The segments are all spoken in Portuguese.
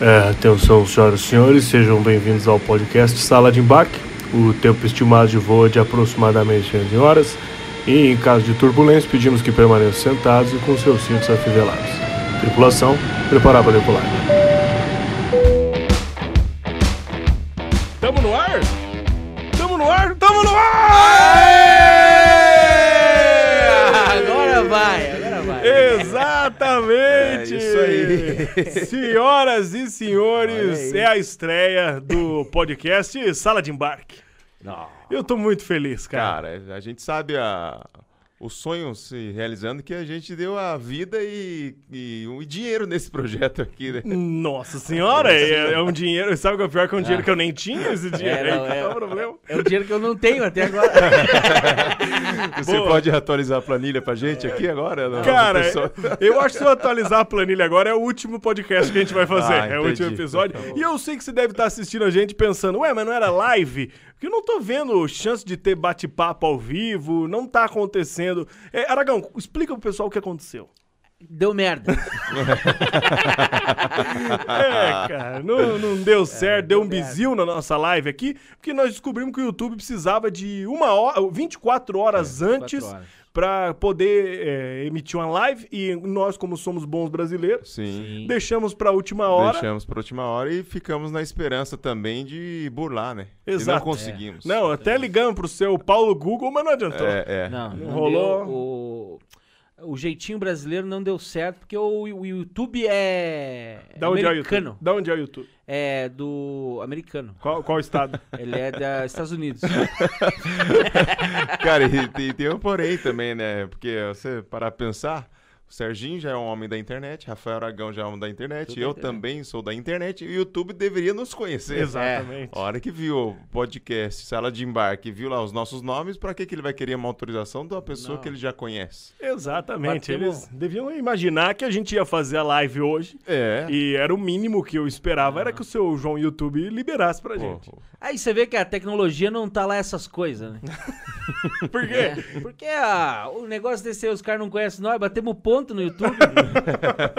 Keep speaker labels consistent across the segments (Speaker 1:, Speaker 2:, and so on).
Speaker 1: É, atenção, senhoras e senhores, sejam bem-vindos ao podcast Sala de Embarque. O tempo estimado de voo é de aproximadamente 11 horas e, em caso de turbulência, pedimos que permaneçam sentados e com seus cintos afivelados. Tripulação, preparar para decolar.
Speaker 2: Tamo no ar? Tamo no ar? Tamo no ar!
Speaker 3: Agora vai, agora vai.
Speaker 2: Exatamente!
Speaker 3: É isso aí.
Speaker 2: Senhoras e senhores,
Speaker 3: Olha aí.
Speaker 2: é a estreia do podcast Sala de Embarque. Eu tô muito feliz, cara.
Speaker 4: Cara, a gente sabe a, o sonho se realizando que a gente deu a vida e, e, o dinheiro nesse projeto aqui, né?
Speaker 2: Nossa senhora, é, é um dinheiro. Sabe o que é o pior? Que é um dinheiro que eu nem tinha esse dinheiro.
Speaker 3: É,
Speaker 2: aí,
Speaker 3: não,
Speaker 2: que
Speaker 3: é.
Speaker 2: tá o problema.
Speaker 3: É o dinheiro que eu não tenho até agora.
Speaker 4: Você
Speaker 2: Boa.
Speaker 4: pode atualizar a planilha pra gente aqui agora? Não,
Speaker 2: Cara, é-
Speaker 4: pessoal?
Speaker 2: eu acho que se eu atualizar a planilha agora é o último podcast que a gente vai fazer.
Speaker 4: Ah,
Speaker 2: é o
Speaker 4: entendi.
Speaker 2: último episódio. E eu sei que você deve estar assistindo a gente pensando, ué, mas não era live? Porque eu não tô vendo chance de ter bate-papo ao vivo, não tá acontecendo. É, Aragão, explica pro pessoal o que aconteceu.
Speaker 3: Deu merda.
Speaker 2: É, cara, não, não
Speaker 4: É,
Speaker 2: deu certo, deu um bizil na nossa live aqui, porque nós descobrimos que o YouTube precisava de uma hora, 24
Speaker 4: É,
Speaker 2: horas antes
Speaker 3: horas.
Speaker 2: pra poder é, emitir uma live. E nós, como somos bons brasileiros,
Speaker 4: Sim.
Speaker 2: deixamos pra última hora.
Speaker 4: Deixamos pra última hora e ficamos na esperança também de burlar, né? E
Speaker 2: Exato. É.
Speaker 4: não conseguimos.
Speaker 2: Não, até ligamos pro seu Paulo Google, mas não adiantou.
Speaker 4: É, é.
Speaker 3: Não, não
Speaker 2: Rolou.
Speaker 3: deu. o, o jeitinho brasileiro não deu certo porque o, o YouTube é
Speaker 2: Da onde é o
Speaker 3: americano.
Speaker 2: YouTube? Da onde é o YouTube?
Speaker 3: É do americano.
Speaker 2: Qual, qual estado?
Speaker 3: Ele é dos Estados Unidos.
Speaker 4: Cara, e tem, tem um porém também, né? Porque você parar pra pensar, o Serginho já é um homem da internet, Rafael Aragão já é um da internet,
Speaker 3: Tudo
Speaker 4: eu
Speaker 3: internet.
Speaker 4: também sou da internet, e o YouTube deveria nos conhecer.
Speaker 2: Exatamente.
Speaker 4: A hora que viu o podcast, sala de embarque, viu lá os nossos nomes, pra que, que ele vai querer uma autorização de uma pessoa
Speaker 3: Não.
Speaker 4: que ele já conhece?
Speaker 2: Exatamente.
Speaker 3: Batemos.
Speaker 2: Eles deviam imaginar que a gente ia fazer a live hoje.
Speaker 4: É.
Speaker 2: E era o mínimo que eu esperava, era que o seu João YouTube liberasse pra gente.
Speaker 4: Pô,
Speaker 3: Aí você vê que a tecnologia não tá lá essas coisas, né?
Speaker 2: Por
Speaker 3: É,
Speaker 2: quê?
Speaker 3: porque ah, o negócio desse aí, os caras não conhecem nós, batemos ponto no YouTube.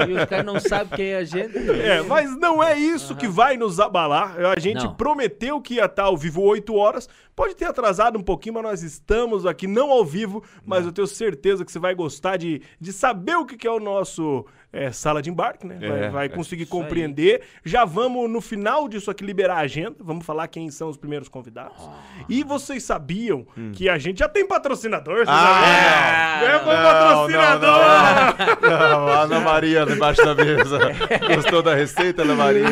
Speaker 3: e os caras não sabem quem é a gente.
Speaker 2: É, mas não é isso que vai nos abalar. A gente
Speaker 3: Não.
Speaker 2: prometeu que ia estar ao vivo 8 horas. Pode ter atrasado um pouquinho, mas nós estamos aqui, não ao vivo, mas eu tenho certeza que você vai gostar de, de saber o que que é o nosso é, sala de embarque, né? Vai,
Speaker 4: É,
Speaker 2: vai
Speaker 4: é
Speaker 2: conseguir
Speaker 3: aí.
Speaker 2: compreender. Já vamos, no final disso aqui, liberar a agenda. Vamos falar quem são os primeiros convidados.
Speaker 3: Ah.
Speaker 2: E vocês sabiam que a gente já tem patrocinador? vocês
Speaker 4: Hum. Ah,
Speaker 2: sabiam? Ganhamos um
Speaker 4: Não, não,
Speaker 2: patrocinador!
Speaker 4: não, não. Não, Ana Maria debaixo da mesa. Gostou da receita, Ana Maria?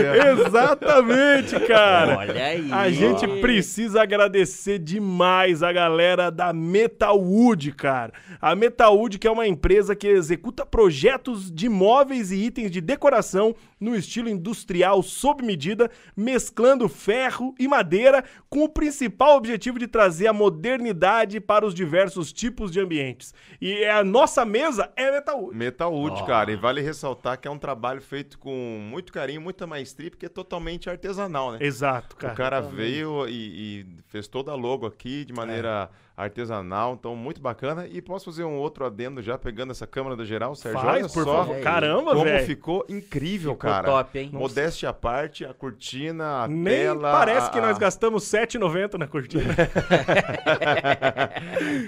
Speaker 2: Exatamente, cara.
Speaker 3: Olha aí.
Speaker 2: A gente precisa agradecer demais a galera da Metalwood, cara. A Metalwood que é uma empresa que executa projetos de móveis e itens de decoração no estilo industrial sob medida, mesclando ferro e madeira com o principal objetivo de trazer a modernidade para os diversos tipos de ambientes. E é a nossa mesa é Metalwood.
Speaker 4: Metalwood, cara. E vale ressaltar que é um trabalho feito com muito carinho, muita maestria, porque é totalmente artesanal, né?
Speaker 2: Exato, cara.
Speaker 4: O cara veio e, e fez toda a logo aqui
Speaker 2: É.
Speaker 4: de maneira artesanal, então muito bacana. E posso fazer um outro adendo já, pegando essa câmera da geral, Sérgio? Olha
Speaker 2: Faz, por
Speaker 4: só
Speaker 2: favor. Caramba,
Speaker 4: Como
Speaker 2: velho.
Speaker 4: ficou incrível,
Speaker 3: Ficou
Speaker 4: cara.
Speaker 3: top, hein?
Speaker 4: Modéstia à parte, a cortina, a
Speaker 2: Nem
Speaker 4: tela.
Speaker 2: parece
Speaker 4: a-
Speaker 2: que nós
Speaker 4: a-
Speaker 2: gastamos R$ 7,90 na cortina.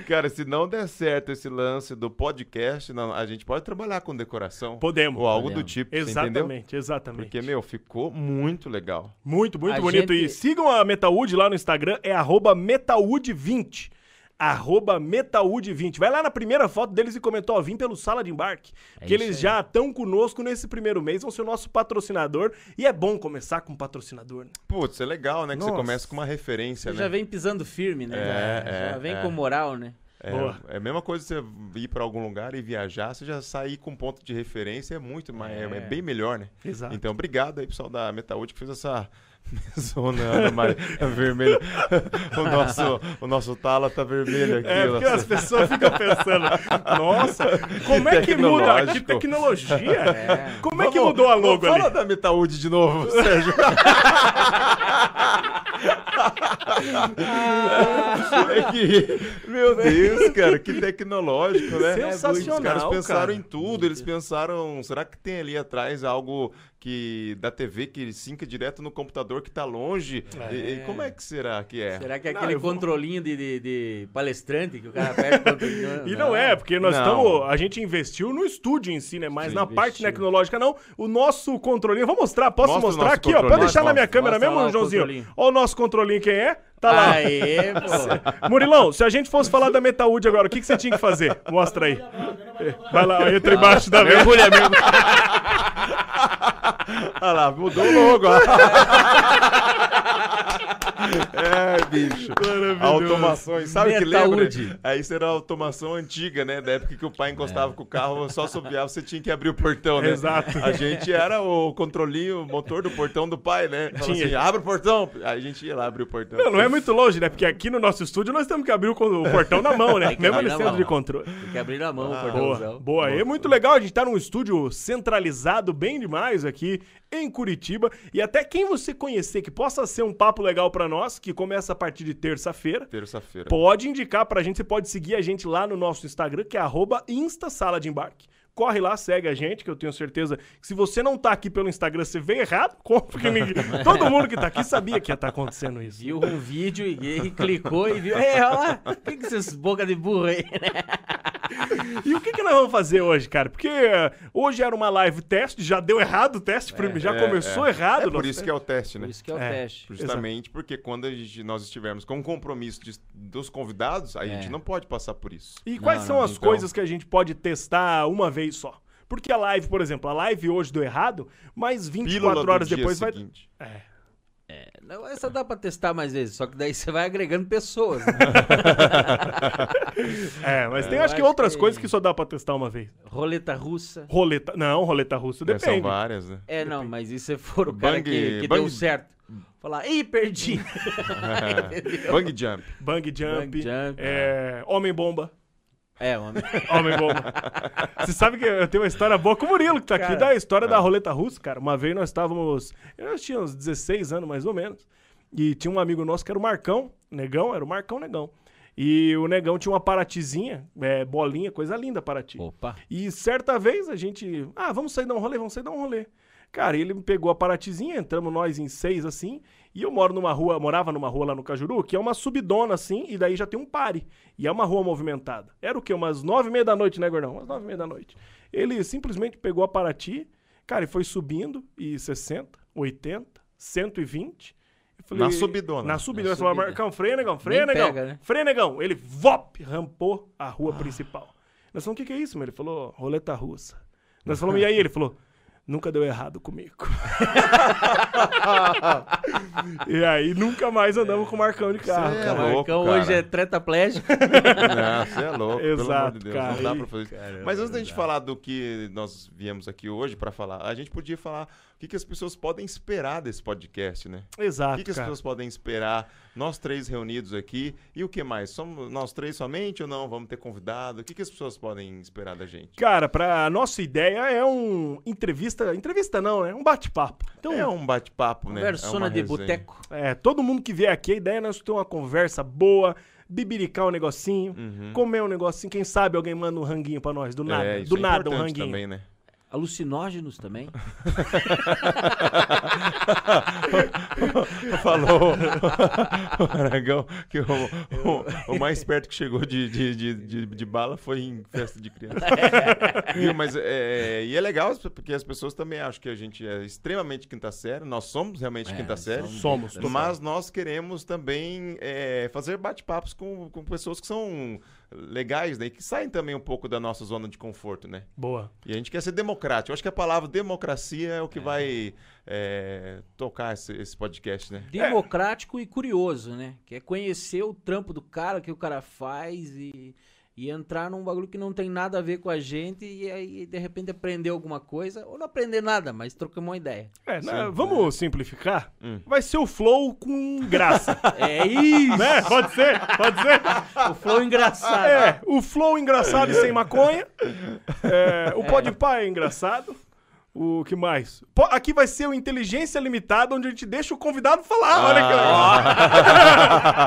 Speaker 4: Cara, se não der certo esse lance do podcast, não, a gente pode trabalhar com decoração.
Speaker 2: Podemos.
Speaker 4: Ou algo
Speaker 3: Podemos.
Speaker 4: do tipo, você entendeu?
Speaker 2: Exatamente, exatamente.
Speaker 4: Porque, meu, ficou muito legal.
Speaker 2: Muito, muito
Speaker 3: A
Speaker 2: bonito.
Speaker 3: gente-
Speaker 2: E sigam a Metaúd lá no Instagram, é arroba metaúd20. Arroba metaúd20. Vai lá na primeira foto deles e comentou, ó, vim pelo Sala de Embarque. que
Speaker 3: É isso
Speaker 2: eles
Speaker 3: aí.
Speaker 2: já estão conosco nesse primeiro mês, vão ser o nosso patrocinador. E é bom começar com patrocinador, né?
Speaker 4: Putz, é legal, né? Que
Speaker 2: Nossa.
Speaker 4: você começa com uma referência,
Speaker 3: Você
Speaker 4: né?
Speaker 3: já vem pisando firme, né?
Speaker 4: É,
Speaker 3: já, já
Speaker 4: é,
Speaker 3: vem
Speaker 4: é.
Speaker 3: com moral, né?
Speaker 4: É,
Speaker 2: Boa.
Speaker 4: é a mesma coisa você ir pra algum lugar e viajar, você já sair com um ponto de referência é muito, mais, é.
Speaker 3: É.
Speaker 4: é bem melhor, né?
Speaker 2: Exato.
Speaker 4: Então, obrigado aí, pessoal da Metaúde, que fez essa zona Ana Maria, vermelha. o, nosso, o nosso tala tá vermelho aqui.
Speaker 2: É, porque
Speaker 4: nossa.
Speaker 2: as pessoas ficam pensando, nossa, como é que muda? Que
Speaker 4: Tecnológico.
Speaker 2: tecnologia?
Speaker 3: É.
Speaker 2: Como é que mudou a logo
Speaker 4: Vamos
Speaker 2: ali?
Speaker 4: Fala da Metaúde de novo, Sérgio. É que- meu Deus, cara, que tecnológico, né?
Speaker 2: Sensacional,
Speaker 4: Os caras pensaram
Speaker 2: cara.
Speaker 4: em tudo, eles pensaram, será que tem ali atrás algo que da TV que sinca direto no computador que tá longe? E, e como é que será que é?
Speaker 3: Será que é
Speaker 2: Não,
Speaker 3: aquele
Speaker 2: eu vou-
Speaker 3: controlinho de, de- de palestrante que o cara aperta o controlinho?
Speaker 2: E não é, porque nós
Speaker 4: Não.
Speaker 2: estamos. A gente investiu no estúdio em si, né? Mas
Speaker 4: Sim,
Speaker 2: na parte
Speaker 3: investiu.
Speaker 2: tecnológica, não. O nosso controlinho. Vou mostrar, posso
Speaker 4: Mostra o
Speaker 2: mostrar
Speaker 4: nosso
Speaker 2: aqui, ó.
Speaker 4: controlinho.
Speaker 2: Pode deixar na minha
Speaker 4: Mostra,
Speaker 2: câmera
Speaker 3: mostra lá
Speaker 2: mesmo,
Speaker 3: o
Speaker 2: Joãozinho.
Speaker 3: controlinho.
Speaker 2: Ó, o nosso controlinho, quem é? Tá lá.
Speaker 3: Aê, pô.
Speaker 2: Murilão, se a gente fosse falar da Metaúde agora, o que, que você tinha que fazer? Mostra aí. Vai lá, ó, entra embaixo da mesa.
Speaker 4: Mergulha, mergulha. Olha lá, mudou o logo. ó. É, bicho. Automações. Sabe que lembra?
Speaker 3: Metaúde.
Speaker 4: Aí isso era a automação antiga, né? Da época que o pai
Speaker 3: É.
Speaker 4: encostava com o carro, só subiava, você tinha que abrir o portão, né?
Speaker 2: Exato.
Speaker 4: A gente era o controlinho, o motor do portão do pai, né? Falava
Speaker 2: Tinha.
Speaker 4: assim, abre o portão. Aí a gente ia lá abrir o portão.
Speaker 2: Não, não é muito longe, né? Porque aqui no nosso estúdio nós temos que abrir o, con- o portão na mão, né?
Speaker 3: Tem que
Speaker 2: Mesmo
Speaker 3: abrir
Speaker 2: ele
Speaker 3: na
Speaker 2: sendo
Speaker 3: mão.
Speaker 2: de controle.
Speaker 3: Tem que abrir na mão
Speaker 4: Ah,
Speaker 3: o
Speaker 2: Boa,
Speaker 3: cordãozão.
Speaker 2: boa. É muito legal a gente tá num estúdio centralizado bem demais aqui em Curitiba. E até quem você conhecer que possa ser um papo legal pra nós, que começa a partir de terça-feira,
Speaker 4: Terça-feira.
Speaker 2: pode indicar pra gente, você pode seguir a gente lá no nosso Instagram, que é arroba instasala de embarque. Corre lá, segue a gente, que eu tenho certeza que se você não tá aqui pelo Instagram, você veio errado, como que ninguém- todo mundo que tá aqui sabia que ia estar acontecendo isso.
Speaker 3: Viu um vídeo e, e clicou e viu. É, olha lá. O que, que esses boca de burro aí, né?
Speaker 2: E o que, que nós vamos fazer hoje, cara? Porque eh, hoje era uma live teste, já deu errado o teste, primeiro, já
Speaker 4: É,
Speaker 2: começou
Speaker 4: é.
Speaker 2: errado.
Speaker 4: É por
Speaker 2: nossa.
Speaker 4: isso que é o teste, né?
Speaker 3: Por isso que é o
Speaker 2: É.
Speaker 3: teste.
Speaker 4: Justamente porque quando a gente- nós estivermos com o compromisso de- dos convidados, a
Speaker 3: É.
Speaker 4: gente não pode passar por isso.
Speaker 2: E quais
Speaker 3: Não,
Speaker 2: são
Speaker 3: não,
Speaker 2: as
Speaker 4: então.
Speaker 2: coisas que a gente pode testar uma vez só? Porque a live, por exemplo, a live hoje deu errado, mas 24
Speaker 4: Pílula do
Speaker 2: horas
Speaker 4: dia
Speaker 2: depois vai.
Speaker 4: seguinte.
Speaker 2: É.
Speaker 3: Não, essa dá pra testar mais vezes, só que daí você vai agregando pessoas. né?
Speaker 2: É, mas tem
Speaker 3: eu
Speaker 2: acho que
Speaker 3: acho
Speaker 2: outras
Speaker 3: que-
Speaker 2: coisas que só dá pra testar uma vez.
Speaker 3: Roleta russa.
Speaker 2: Roleta. Não, roleta russa
Speaker 4: Né, São
Speaker 2: depende.
Speaker 4: várias, né?
Speaker 3: É, não, mas e se for o cara
Speaker 4: Bang-
Speaker 3: que, que
Speaker 4: bang-
Speaker 3: deu certo? Falar, ih, perdi. Entendeu?
Speaker 4: Bang jump.
Speaker 2: Bang jump,
Speaker 3: Bang jump,
Speaker 2: é, homem bomba.
Speaker 3: É, homem.
Speaker 2: Homem bomba. Você sabe que eu tenho uma história boa com o Murilo, que tá aqui,
Speaker 3: Cara.
Speaker 2: da história da roleta russa, cara. Uma vez nós estávamos. Eu tinha uns 16 anos, mais ou menos. E tinha um amigo nosso que era o Marcão, negão, era o Marcão Negão. E o negão tinha uma paratizinha, é, bolinha, coisa linda, parati.
Speaker 3: Opa.
Speaker 2: E certa vez a gente. Ah, vamos sair dar um rolê, vamos sair dar um rolê. Cara, ele me pegou a paratizinha, entramos nós em seis assim, e eu moro numa rua, morava numa rua lá no Cajuru, que é uma subidona assim, e daí já tem um pare. E é uma rua movimentada. Era o quê? Umas nove e meia da noite, né, Gordão? Umas nove e meia da noite. Ele simplesmente pegou a parati, cara, e foi subindo, e 60, 80, 120. Eu falei,
Speaker 4: Na subidona.
Speaker 2: Na subidona.
Speaker 3: Na
Speaker 2: Eu falei,
Speaker 3: subida.
Speaker 2: Marcão, freia, negão, freia,
Speaker 3: Nem
Speaker 2: negão.
Speaker 3: pega, né?
Speaker 2: Freia, negão. Ele, vop, rampou a rua principal. Nós falamos, o que, que é isso, meu? Ele falou, roleta russa. Nós falamos, e aí? Ele falou, nunca deu errado comigo. e aí, nunca mais andamos com o Marcão de carro.
Speaker 4: Cê é
Speaker 2: cara.
Speaker 4: louco,
Speaker 3: Marcão
Speaker 4: cara.
Speaker 3: hoje é tetraplégico.
Speaker 4: Não, você é louco, pelo amor
Speaker 2: Exato,
Speaker 4: de Deus.
Speaker 2: cara.
Speaker 4: Não dá pra fazer isso. Mas antes da gente falar do que nós viemos aqui hoje pra falar, a gente podia falar o que, que as pessoas podem esperar desse podcast, né? O
Speaker 2: Exato,
Speaker 4: que, que as
Speaker 2: Ah, cara.
Speaker 4: pessoas podem esperar? Nós três reunidos aqui. E o que mais? Somos nós três somente ou não? Vamos ter convidado? O que, que as pessoas podem esperar da gente?
Speaker 2: Cara, pra nossa ideia é um entrevista, entrevista não, é um bate-papo. Então,
Speaker 4: é um bate-papo, né? é
Speaker 3: Conversona
Speaker 4: uma
Speaker 3: de
Speaker 4: resenha.
Speaker 3: boteco.
Speaker 2: É, todo mundo que vier aqui, a ideia é nós ter uma conversa boa, bibiricar um negocinho, comer um negocinho, quem sabe alguém manda um ranguinho pra nós, do nada,
Speaker 4: Uhum. É, isso
Speaker 2: do
Speaker 4: é
Speaker 2: nada um
Speaker 4: importante
Speaker 2: ranguinho.
Speaker 4: também, né?
Speaker 3: Alucinógenos também.
Speaker 4: Falou o Aragão que o, o- o mais perto que chegou de, de, de, de- de bala foi em festa de criança. Viu? Mas é, e é legal porque as pessoas também acham que a gente é extremamente quinta série. Nós somos realmente
Speaker 3: É,
Speaker 4: quinta série.
Speaker 3: somos
Speaker 2: Somos,
Speaker 3: quinta
Speaker 4: Mas nós queremos também é, fazer bate-papos com, com pessoas que são legais, né? E que saem também um pouco da nossa zona de conforto, né?
Speaker 2: Boa.
Speaker 4: E a gente quer ser democrático. Eu acho que a palavra democracia é o que vai é, tocar esse, esse podcast, né?
Speaker 3: Democrático e curioso, né? Que é conhecer o trampo do cara, o que o cara faz e, e entrar num bagulho que não tem nada a ver com a gente e aí de repente aprender alguma coisa ou não aprender nada, mas trocamos uma ideia.
Speaker 2: É, né, vamos simplificar?
Speaker 4: Hum.
Speaker 2: Vai ser o flow com graça.
Speaker 3: É isso!
Speaker 2: né? Pode ser, pode ser.
Speaker 3: O flow engraçado.
Speaker 2: É, o flow engraçado e sem maconha. É, o pode pá é engraçado. O que mais? Pô, aqui vai ser o Inteligência Limitada, onde a gente deixa o convidado falar. Olha que legal.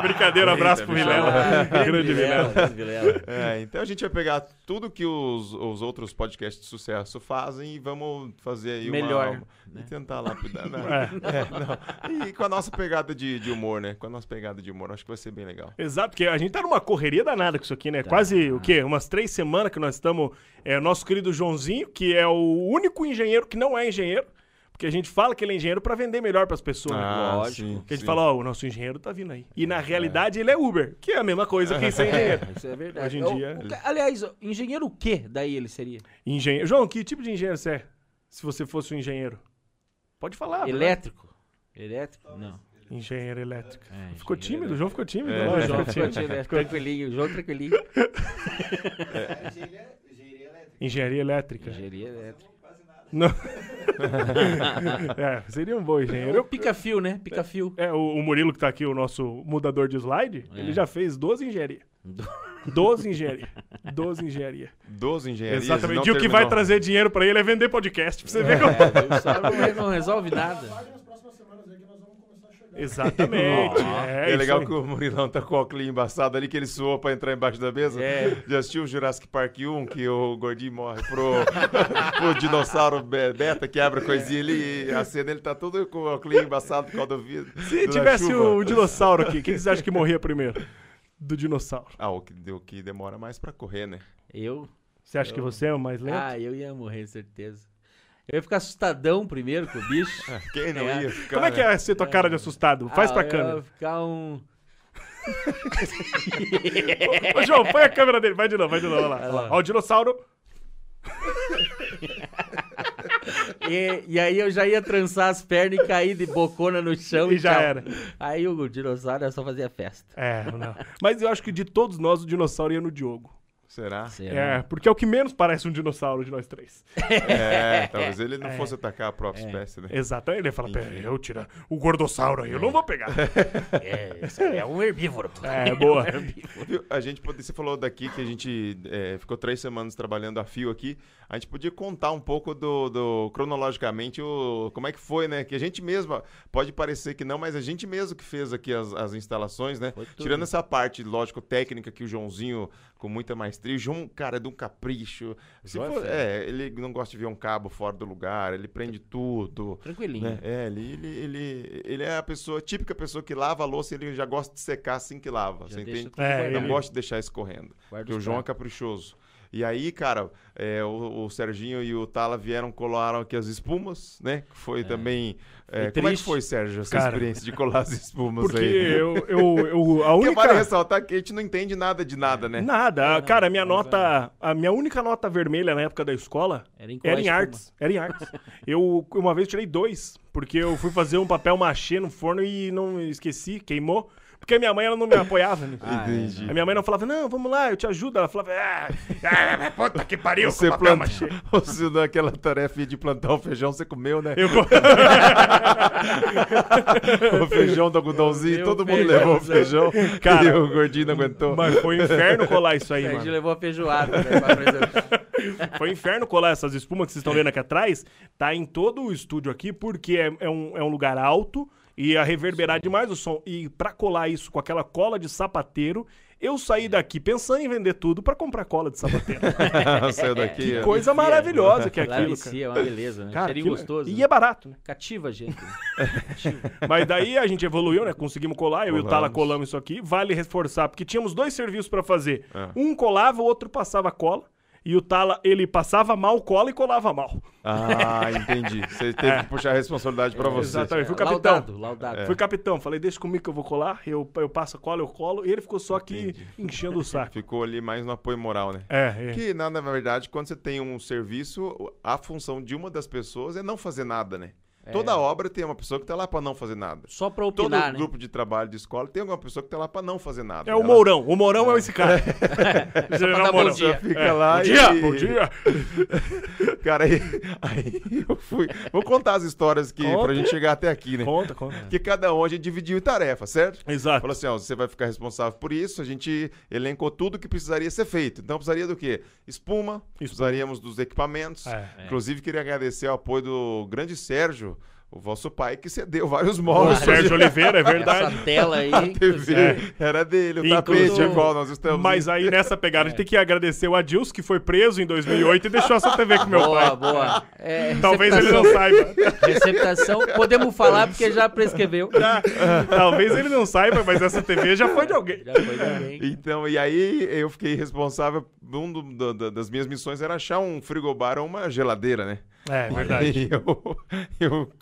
Speaker 2: Brincadeira, abraço pro
Speaker 4: Eita,
Speaker 2: Vilela. Grande Vilela.
Speaker 3: é grande Vilela.
Speaker 4: É, então a gente vai pegar tudo que os, os outros podcasts de sucesso fazem e vamos fazer aí uma-
Speaker 3: Melhor,
Speaker 4: uma... E tentar lapidar, né? É, não. E com a nossa pegada de, de humor, né? Com a nossa pegada de humor, acho que vai ser bem legal.
Speaker 2: Exato, porque a gente tá numa correria danada com isso aqui, né? Quase o quê? Umas três semanas que nós estamos. É, nosso querido Joãozinho, que é o único engenheiro que não é engenheiro, porque a gente fala que ele é engenheiro para vender melhor para as pessoas. né?
Speaker 3: lógico.
Speaker 4: Ah, sim,
Speaker 2: Porque a gente
Speaker 4: sim.
Speaker 2: fala, ó, o nosso engenheiro tá vindo aí. E na realidade ele é Uber, que é a mesma coisa que ser engenheiro.
Speaker 3: Isso é verdade.
Speaker 2: Hoje em
Speaker 3: O-
Speaker 2: dia-
Speaker 3: o ca- aliás, o engenheiro o quê daí ele seria?
Speaker 2: Engenheiro. João, que tipo de engenheiro você é? Se você fosse um engenheiro? Pode falar. né?
Speaker 3: Elétrico? Elétrico? Não.
Speaker 2: Engenheiro elétrico.
Speaker 3: É,
Speaker 2: Ficou
Speaker 3: engenheiro
Speaker 2: tímido, o João ficou tímido.
Speaker 4: É,
Speaker 2: lógico,
Speaker 3: João,
Speaker 2: ficou
Speaker 3: ficou
Speaker 2: tímido.
Speaker 3: tímido, tranquilinho, João tranquilinho.
Speaker 2: Engenharia elétrica.
Speaker 3: Engenharia elétrica.
Speaker 2: Não. é, seria um bom engenheiro. Eu-
Speaker 3: Pica-fio, né? Pica-fio.
Speaker 2: É, o, o Murilo que tá aqui, o nosso mudador de slide,
Speaker 3: É.
Speaker 2: ele já fez 12 engenharia. 12 engenharia. 12 engenharia.
Speaker 4: 12 engenharias.
Speaker 2: Exatamente. E o
Speaker 4: É, não
Speaker 2: que vai
Speaker 4: terminou.
Speaker 2: trazer dinheiro pra ele é vender podcast, pra você ver
Speaker 3: É,
Speaker 2: como...
Speaker 3: O Sábio não resolve nada.
Speaker 2: Exatamente. é,
Speaker 4: É, legal
Speaker 2: isso
Speaker 4: que o Murilão tá com o óculos embaçado ali, que ele suou pra entrar embaixo da mesa.
Speaker 3: É.
Speaker 4: Já assistiu o Jurassic Park 1, que o gordinho morre pro, pro dinossauro be- beta, que abre a coisinha ali e a cena ele tá todo com o óculos embaçado por causa do vidro.
Speaker 2: aí. Se
Speaker 4: da
Speaker 2: tivesse
Speaker 4: chuva.
Speaker 2: um dinossauro aqui, quem vocês acham que morria primeiro? Do dinossauro.
Speaker 4: Ah, o que, o que demora mais pra correr, né?
Speaker 3: Eu?
Speaker 2: Você acha que você é o mais lento?
Speaker 3: Ah, eu ia morrer, certeza. Eu ia ficar assustadão primeiro com o bicho.
Speaker 4: Quem não
Speaker 3: É.
Speaker 4: ia ficar.
Speaker 2: Como é que
Speaker 4: né?
Speaker 2: é ser tua cara de assustado? Faz
Speaker 3: Ah,
Speaker 2: pra
Speaker 3: eu
Speaker 2: câmera.
Speaker 3: Ia ficar um...
Speaker 2: Ô, João, põe a câmera dele. Vai de novo, vai de novo. Olha lá. Olha lá. Ó, o dinossauro.
Speaker 3: E, e aí eu já ia trançar as pernas e cair de bocona no chão.
Speaker 2: E já
Speaker 3: Então tchau.
Speaker 2: era.
Speaker 3: Aí o dinossauro só fazia festa.
Speaker 2: É, não. Mas eu acho que de todos nós, o dinossauro ia no Diogo.
Speaker 4: né? Será?
Speaker 3: Assim, né?
Speaker 2: É, porque é o que menos parece um dinossauro de nós três.
Speaker 4: É, talvez ele não fosse atacar a própria
Speaker 2: É.
Speaker 4: espécie, né?
Speaker 2: Exatamente. Ele ia falar, pera, eu tirar o gordossauro aí, eu não vou pegar.
Speaker 3: É, isso aí é um herbívoro. um
Speaker 2: É, boa.
Speaker 4: Viu? A gente pode, você falou daqui que a gente é, ficou três semanas trabalhando a fio aqui. A gente podia contar um pouco do, do- cronologicamente o, como é que foi, né? Que a gente mesma pode parecer que não, mas a gente mesmo que fez aqui as, as instalações, né?
Speaker 3: Foi tudo.
Speaker 4: Tirando essa parte, lógico, técnica que o Joãozinho com muita maestria. O João, cara, é de um capricho. Se
Speaker 3: João é
Speaker 4: for-
Speaker 3: fera. É.
Speaker 4: é, ele não gosta de ver um cabo fora do lugar. Ele prende tudo.
Speaker 3: Tranquilinho.
Speaker 4: Né? É, ele, ele, ele, ele é a pessoa, típica pessoa que lava a louça, ele já gosta de secar assim que lava.
Speaker 3: Já
Speaker 4: você
Speaker 3: deixa
Speaker 4: entende?
Speaker 3: tudo
Speaker 2: É,
Speaker 4: Eu
Speaker 3: guardado.
Speaker 4: não gosto de deixar escorrendo.
Speaker 3: Guarda
Speaker 4: Porque o
Speaker 3: os
Speaker 4: João é
Speaker 3: pratos.
Speaker 4: caprichoso. E aí, cara, é, o, o Serginho e o Tala vieram, colaram aqui as espumas, né? Que foi também. é, como é
Speaker 3: Foi
Speaker 4: que
Speaker 3: triste.
Speaker 4: foi, Sérgio, essa
Speaker 2: Cara,
Speaker 4: experiência de colar as espumas
Speaker 2: Porque
Speaker 4: aí?
Speaker 2: eu, eu, eu a
Speaker 4: Porque
Speaker 2: única...
Speaker 4: vale ressaltar que a gente não entende nada de nada, né?
Speaker 3: É,
Speaker 2: Nada. Cara, a minha nota... A minha única nota vermelha na época da escola
Speaker 3: Era em,
Speaker 2: Era em
Speaker 3: colar
Speaker 2: artes, era em artes. Eu uma vez tirei dois, porque eu fui fazer um papel machê no forno e não esqueci, queimou. Porque a minha mãe ela não me apoiava, né?
Speaker 4: Ah, Entendi.
Speaker 2: A minha mãe não falava, não, vamos lá, eu te ajudo. Ela falava, ah, ah, puta que pariu, com
Speaker 4: Você
Speaker 2: papel
Speaker 4: planta...
Speaker 2: machê.
Speaker 4: Você deu aquela tarefa de plantar o feijão, você comeu, né?
Speaker 2: Eu co-
Speaker 4: O feijão do algodãozinho,
Speaker 3: Meu
Speaker 4: todo mundo
Speaker 3: feijão,
Speaker 4: levou o feijão.
Speaker 2: Cara,
Speaker 4: e o gordinho não aguentou.
Speaker 2: Mas foi um inferno colar
Speaker 4: é
Speaker 2: isso aí,
Speaker 3: espuma. A gente
Speaker 2: mano.
Speaker 3: levou a feijoada né, pra apresentar.
Speaker 2: Foi um inferno colar essas espumas que vocês estão vendo aqui atrás. Tá em todo o estúdio aqui, porque é, é um, é um lugar alto e ia reverberar demais o som. E pra colar isso com aquela cola de sapateiro, eu saí daqui pensando em vender tudo pra comprar cola de sapateiro.
Speaker 4: Saiu daqui. ó.
Speaker 2: Coisa maravilhosa que é
Speaker 3: Lá
Speaker 2: aquilo, cara.
Speaker 3: vicia, é uma beleza, né?
Speaker 2: Cara,
Speaker 3: Cheirinho
Speaker 2: aquilo-
Speaker 3: gostoso.
Speaker 2: E
Speaker 3: né?
Speaker 2: é barato, né?
Speaker 3: Cativa a gente. né?
Speaker 2: Mas daí a gente evoluiu, né? Conseguimos colar, eu e o Tala
Speaker 4: Colamos.
Speaker 2: colamos isso aqui. Vale reforçar, porque tínhamos dois serviços pra fazer.
Speaker 4: É.
Speaker 2: Um colava, o outro passava cola. E o Tala, ele passava mal cola e colava mal.
Speaker 4: Ah, entendi. Você teve que puxar a responsabilidade pra você.
Speaker 2: É. Exatamente. Fui capitão.
Speaker 3: Laudado,
Speaker 4: É.
Speaker 3: laudado.
Speaker 2: Fui capitão, falei, deixa comigo que eu vou colar, eu, eu passo a cola, eu colo, e ele ficou só aqui enchendo o saco.
Speaker 4: Ficou ali mais no apoio moral, né?
Speaker 2: É, é.
Speaker 4: Que, na, na verdade, quando você tem um serviço, a função de uma das pessoas é não fazer nada, né? Toda obra tem uma pessoa que tá lá pra não fazer nada.
Speaker 3: Só pra
Speaker 4: Todo
Speaker 3: opinar, né?
Speaker 4: grupo de trabalho de escola tem alguma pessoa que tá lá pra não fazer nada.
Speaker 2: É o
Speaker 4: Ela-
Speaker 2: Mourão. O Mourão é, esse cara. General
Speaker 3: dar bom
Speaker 2: Mourão.
Speaker 3: dia.
Speaker 4: Ela fica
Speaker 2: É.
Speaker 4: lá
Speaker 2: Bom
Speaker 4: e...
Speaker 2: dia, bom dia.
Speaker 4: Cara, aí, aí eu fui... Vou contar as histórias que,
Speaker 2: Conta.
Speaker 4: pra gente chegar até aqui, né?
Speaker 2: Conta, conta.
Speaker 4: Porque cada um a gente dividiu em tarefa, certo?
Speaker 2: Exato.
Speaker 4: Falou assim, ó, você vai ficar responsável por isso. A gente elencou tudo que precisaria ser feito. Então precisaria do quê? Espuma, precisaríamos dos equipamentos.
Speaker 2: É.
Speaker 4: Inclusive queria agradecer ao apoio do grande Sérgio, o vosso pai, que cedeu vários
Speaker 2: O
Speaker 4: móveis.
Speaker 2: Sérgio Oliveira, é verdade. Ah,
Speaker 3: Essa tela aí.
Speaker 4: A TV era dele, o
Speaker 2: Inclusive-
Speaker 4: tapete é qual nós estamos.
Speaker 2: Mas aí nessa pegada, a
Speaker 3: É.
Speaker 2: gente tem que agradecer o Adilson, que foi preso em 2008 e deixou essa TV com meu
Speaker 3: Boa,
Speaker 2: pai.
Speaker 3: boa. É,
Speaker 2: Talvez ele não
Speaker 3: receptação-
Speaker 2: saiba.
Speaker 3: Receptação, podemos falar porque já prescreveu.
Speaker 2: Tá? Talvez ele não saiba, mas essa TV já foi de alguém.
Speaker 3: Já foi também.
Speaker 4: Então, e aí eu fiquei responsável. Um do- do- do- das minhas missões era achar um frigobar ou uma geladeira, né?
Speaker 2: É, verdade.
Speaker 4: Aí eu,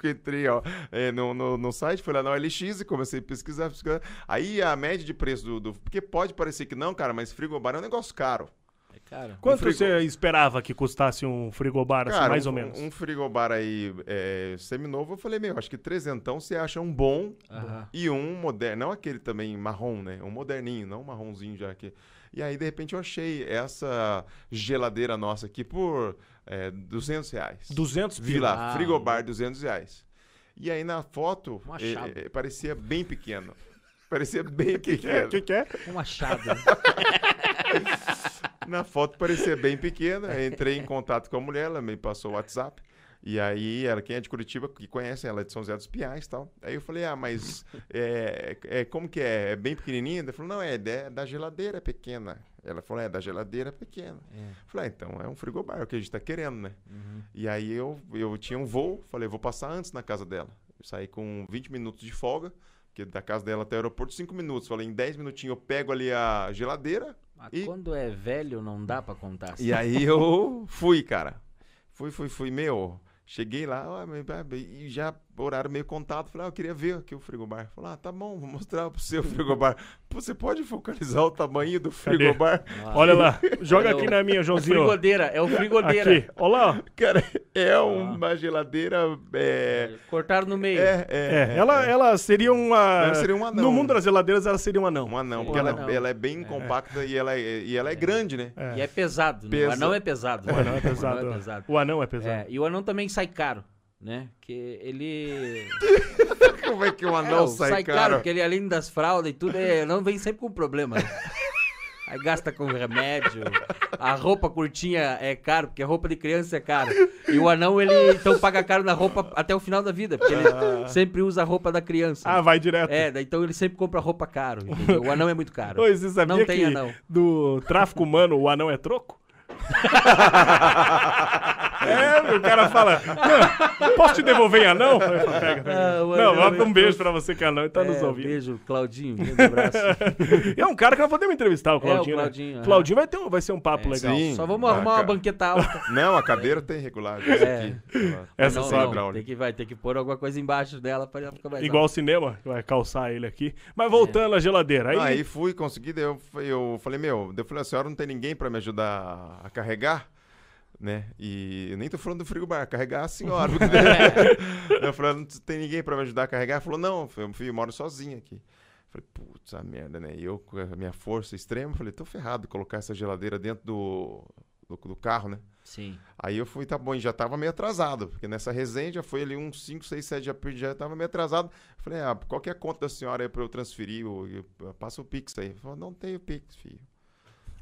Speaker 4: eu entrei ó, é, no, no, no site, fui lá na OLX e comecei a pesquisar, pesquisar. Aí a média de preço do, do- Porque pode parecer que não, cara, mas frigobar é um negócio caro.
Speaker 3: É, Cara,
Speaker 2: Quanto
Speaker 4: frigo-
Speaker 2: você esperava que custasse um frigobar, assim,
Speaker 4: Cara,
Speaker 2: mais
Speaker 4: um,
Speaker 2: ou menos?
Speaker 4: Um frigobar aí é, seminovo, eu falei, meu, acho que trezentão você acha um bom
Speaker 3: Aham.
Speaker 4: e um moderno. Não aquele também marrom, né? Um moderninho, não um marronzinho já aqui. E aí, de repente, eu achei essa geladeira nossa aqui por é, 200 reais.
Speaker 2: 200
Speaker 4: Vi
Speaker 2: pila.
Speaker 4: lá,
Speaker 3: Ah.
Speaker 4: frigobar, 200 reais. E aí na foto,
Speaker 3: Uma
Speaker 4: eh,
Speaker 3: chapa.
Speaker 4: eh, parecia bem pequeno. Parecia bem
Speaker 2: É,
Speaker 4: pequeno.
Speaker 2: O que, que é?
Speaker 3: um achado. né?
Speaker 4: Na foto parecia bem pequena. Eu Entrei em contato com a mulher, ela me passou o WhatsApp. E aí, ela, quem é de Curitiba, que conhece, ela é de São José dos Pinhais e tal. Aí eu falei, ah, mas é, é- como que é? É bem pequenininha? Ela falou, não, é, da- é da geladeira pequena. Ela falou, é da geladeira pequena. Eu falei, ah, então é um frigobar, é o que a gente tá querendo, né? E aí eu, eu tinha um voo, falei, vou passar antes na casa dela. Eu saí com 20 minutos de folga, porque da casa dela até o aeroporto, 5 minutos. Falei, em 10 minutinhos eu pego ali a geladeira,
Speaker 3: Mas
Speaker 4: E-
Speaker 3: quando é velho, não dá pra contar. assim.
Speaker 4: e aí eu fui, cara. Fui, fui, fui. Meu, cheguei lá, ó, meu, pá, e já horário meio contato. Falei, ah, eu queria ver aqui o frigobar. Falei, ah, tá bom, vou mostrar pro seu frigobar. Pô, Você pode focalizar o tamanho do frigobar?
Speaker 2: Olha lá. Joga
Speaker 3: Ah. Olha
Speaker 2: aqui
Speaker 3: o-
Speaker 2: na minha, Joãozinho. ó.
Speaker 3: É Frigodeira, é o frigodeira.
Speaker 2: Aqui. Olha lá. ó.
Speaker 4: Cara, é uma geladeira. É.
Speaker 3: Cortaram no meio.
Speaker 4: É, é.
Speaker 2: É, ela, ela seria uma...
Speaker 4: Ela seria um anão.
Speaker 2: No mundo das geladeiras, ela seria um anão.
Speaker 4: Um anão,
Speaker 3: Um
Speaker 4: porque ela,
Speaker 3: anão.
Speaker 4: ela é bem compacta e ela é, e ela é grande, né?
Speaker 3: E é pesado. né?
Speaker 4: Pesa-
Speaker 3: O anão é pesado.
Speaker 2: O anão é
Speaker 3: O
Speaker 2: pesado.
Speaker 3: anão é
Speaker 2: ó.
Speaker 3: pesado.
Speaker 2: O anão é pesado.
Speaker 3: É, e o anão também sai caro, né? Que ele.
Speaker 4: Como é que um
Speaker 3: É,
Speaker 4: anão
Speaker 3: o
Speaker 4: sai, caro?
Speaker 3: porque ele, além das fraldas e tudo, é, não vem sempre com problema. né? Aí gasta com remédio. A roupa curtinha é caro, porque a roupa de criança é cara. E o anão, ele então paga caro na roupa até o final da vida, porque ele sempre usa a roupa da criança.
Speaker 2: Ah, vai direto.
Speaker 3: é, daí, então ele sempre compra roupa caro. entendeu? O anão é muito caro.
Speaker 2: Pois, você sabia
Speaker 3: Não
Speaker 2: que
Speaker 3: tem anão.
Speaker 2: do tráfico humano o anão é troco? é, o cara fala, "Não, posso te devolver em anão? Aí eu falo, "Pega, pega."
Speaker 3: Ah, o
Speaker 2: não,
Speaker 3: anão
Speaker 2: manda
Speaker 3: é
Speaker 2: um beijo pra você que é anão e tá
Speaker 3: É,
Speaker 2: nos ouvindo.
Speaker 3: Beijo, Claudinho. um Grande abraço. É,
Speaker 2: É um cara que nós podemos entrevistar, o
Speaker 3: o
Speaker 2: Claudinho. né?
Speaker 3: Claudinho, aham. É.
Speaker 2: Claudinho vai ter, um- vai ser um papo legal.
Speaker 4: Sim.
Speaker 3: Só vamos
Speaker 4: Ah,
Speaker 3: arrumar uma
Speaker 4: cara.
Speaker 3: banqueta alta.
Speaker 4: Não, a cadeira tem regulagem.
Speaker 3: É.
Speaker 2: Essa
Speaker 3: não,
Speaker 2: sim.
Speaker 3: não,
Speaker 4: hidráulica.
Speaker 3: tem que, vai ter que pôr alguma coisa embaixo dela pra ela ficar mais
Speaker 2: Igual o cinema, que vai calçar ele aqui.
Speaker 3: É.
Speaker 2: Mas voltando à geladeira. Aí, é
Speaker 4: Aí, fui, consegui, daí eu, fa- eu falei, meu, daí eu falei, a senhora não tem ninguém pra me ajudar a carregar? Né? E eu nem tô falando do frigobar, carregar a senhora. porque daí- eu falei, não tem ninguém pra me ajudar a carregar? Ela falou, não, eu, eu moro sozinho aqui. Eu Falei, putz, a merda, né? E eu, com a minha força extrema, eu falei, tô ferrado colocar essa geladeira dentro do, do, do carro, né?
Speaker 3: Sim.
Speaker 4: Aí eu fui, tá bom, e já tava meio atrasado, porque nessa resenha já foi ali um uns 5, 6, 7, já, perdi, já tava meio atrasado. Falei, ah, qual que é a conta da senhora aí pra eu transferir? Eu, eu, passa o Pix aí. Ele Falou, não tenho Pix, filho.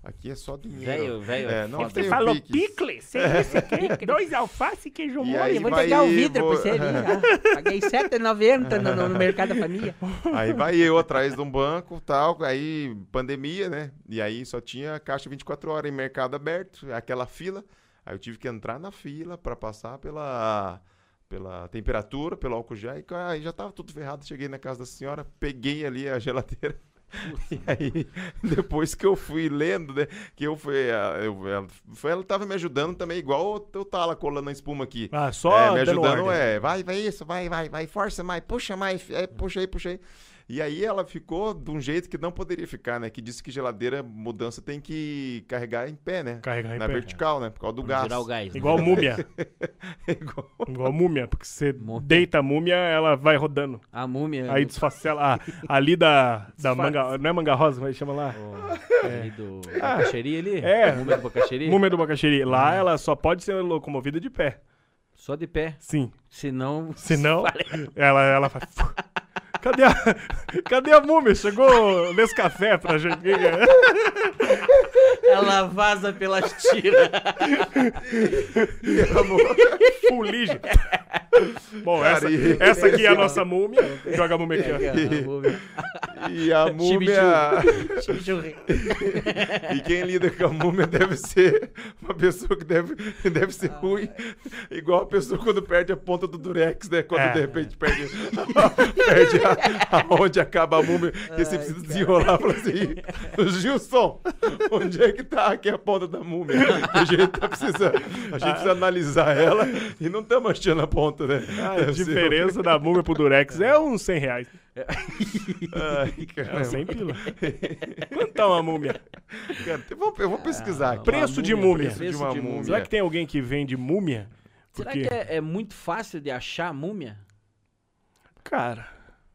Speaker 4: Aqui é só dinheiro.
Speaker 3: Velho, velho,
Speaker 4: É,
Speaker 3: é
Speaker 4: não
Speaker 3: foda.
Speaker 4: tem
Speaker 5: Falou
Speaker 4: Pix.
Speaker 5: picles? Você
Speaker 2: é
Speaker 5: disse que dois alface, queijo
Speaker 4: E
Speaker 5: mole.
Speaker 4: aí
Speaker 5: Vou
Speaker 4: vai-
Speaker 5: entregar o vidro
Speaker 4: vou-
Speaker 5: pra você.
Speaker 3: ah.
Speaker 5: ali. Paguei 7,90 no, no Mercado da Família.
Speaker 4: Aí vai eu atrás de um banco tal, aí pandemia, né? E aí só tinha caixa 24 horas em mercado aberto, aquela fila. Aí eu tive que entrar na fila pra passar pela, pela temperatura, pelo álcool gel. E aí já tava tudo ferrado. Cheguei na casa da senhora, peguei ali a geladeira. E aí, depois que eu fui lendo, né? Que eu fui. ah, Eu, ela, foi- ela tava me ajudando também, igual o, o Tala colando a espuma aqui.
Speaker 2: Ah, só
Speaker 4: É, me
Speaker 2: dando
Speaker 4: ajudando
Speaker 2: ordem.
Speaker 4: é, vai, vai isso, vai, vai, vai, força mais, puxa mais, é, puxa aí, puxa aí. E aí ela ficou de um jeito que não poderia ficar, né? Que disse que geladeira, mudança tem que carregar em pé, né?
Speaker 2: Carregar em
Speaker 4: Na
Speaker 2: pé.
Speaker 4: vertical, né? Por causa do
Speaker 3: Pra não
Speaker 4: gás.
Speaker 3: Tirar o gás. né?
Speaker 2: Igual múmia.
Speaker 4: Igual-
Speaker 2: Igual múmia, porque você
Speaker 3: Múmia.
Speaker 2: deita a múmia, ela vai rodando.
Speaker 3: A múmia. né?
Speaker 2: Aí
Speaker 3: do-
Speaker 2: desfacela. Ah, ali da, da
Speaker 3: Desfaz.
Speaker 2: manga. Não é manga rosa, mas chama lá.
Speaker 3: o-
Speaker 4: É.
Speaker 3: ali do
Speaker 4: Ah.
Speaker 3: Bacaxeri ali?
Speaker 2: É.
Speaker 3: A múmia do Bacaxeri?
Speaker 2: Múmia do Bacaxeri. Lá
Speaker 3: É.
Speaker 2: ela só pode ser locomovida de pé.
Speaker 3: Só de pé.
Speaker 2: Sim.
Speaker 3: Senão.
Speaker 2: Senão, ela, ela faz. Cadê a, cadê a múmia? Chegou nesse café pra gente. é?
Speaker 3: Ela vaza pelas tiras.
Speaker 2: Fuligem. Bom, essa,
Speaker 4: Cara, e-
Speaker 2: essa aqui é a nossa múmia. Joga a múmia aqui, ó.
Speaker 3: A múmia.
Speaker 4: E a múmia. e quem lida com a múmia deve ser uma pessoa que deve, deve ser ruim. Igual a pessoa quando perde a ponta do durex, né? Quando
Speaker 2: É.
Speaker 4: de repente perde, perde a, aonde acaba a múmia. Que você precisa desenrolar e falar assim: Gilson, onde é que tá aqui a ponta da múmia? A gente, tá precisando, a gente precisa analisar ela e não estamos achando a ponta, né?
Speaker 2: A
Speaker 4: Deve ser-
Speaker 2: diferença da múmia pro Durex é uns 100 reais.
Speaker 4: Ai,
Speaker 2: É
Speaker 4: caramba.
Speaker 2: uns 100 pila. Quanto tá uma múmia?
Speaker 4: Cara, eu vou, eu vou
Speaker 3: Ah,
Speaker 4: pesquisar aqui.
Speaker 2: Preço de múmia.
Speaker 4: Preço de uma múmia.
Speaker 2: Será que tem alguém que vende múmia?
Speaker 3: Será
Speaker 2: Porque-
Speaker 3: que é, é muito fácil de achar a múmia?
Speaker 2: Cara.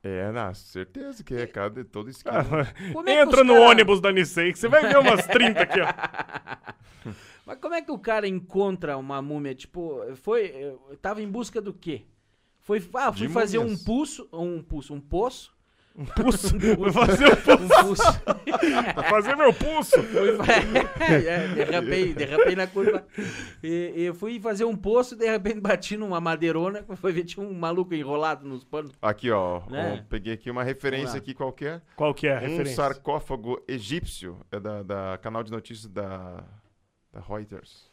Speaker 4: É, na certeza que é cada todo esquema.
Speaker 2: ah,
Speaker 3: Como é que
Speaker 2: Entra
Speaker 3: os
Speaker 2: no
Speaker 3: cara-
Speaker 2: ônibus da Nissei, que você vai ver umas 30 aqui, ó.
Speaker 3: Mas como é que o cara encontra uma múmia? Tipo, foi. eh, Tava em busca do quê? Foi, ah, fui
Speaker 4: De
Speaker 3: fazer
Speaker 4: múmias.
Speaker 3: um pulso, um pulso, um poço.
Speaker 2: Pulso. Vou fazer, o pulso,
Speaker 3: Um pulso.
Speaker 2: vou fazer Tá meu pulso.
Speaker 3: Fui fa- é, derrapei, derrapei na curva. E, e fui fazer um poço, de repente bati numa madeirona, foi ver, tinha um maluco enrolado nos panos.
Speaker 4: Aqui, ó.
Speaker 3: Né?
Speaker 4: um- peguei aqui uma referência aqui qualquer.
Speaker 2: Qual que é a
Speaker 4: Um
Speaker 2: referência?
Speaker 4: sarcófago egípcio. É da, da canal de notícias da, da Reuters.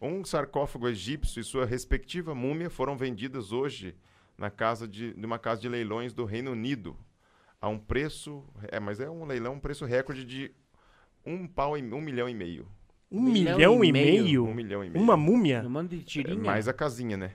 Speaker 4: Um sarcófago egípcio e sua respectiva múmia foram vendidas hoje na casa de numa casa de leilões do Reino Unido. A um preço. É, mas é um leilão, um preço recorde de um, pau e, um milhão e meio.
Speaker 2: Um milhão e meio?
Speaker 4: Um milhão e meio.
Speaker 2: Uma múmia?
Speaker 3: No mando de
Speaker 4: é,
Speaker 3: tirinha.
Speaker 4: mais a casinha, né?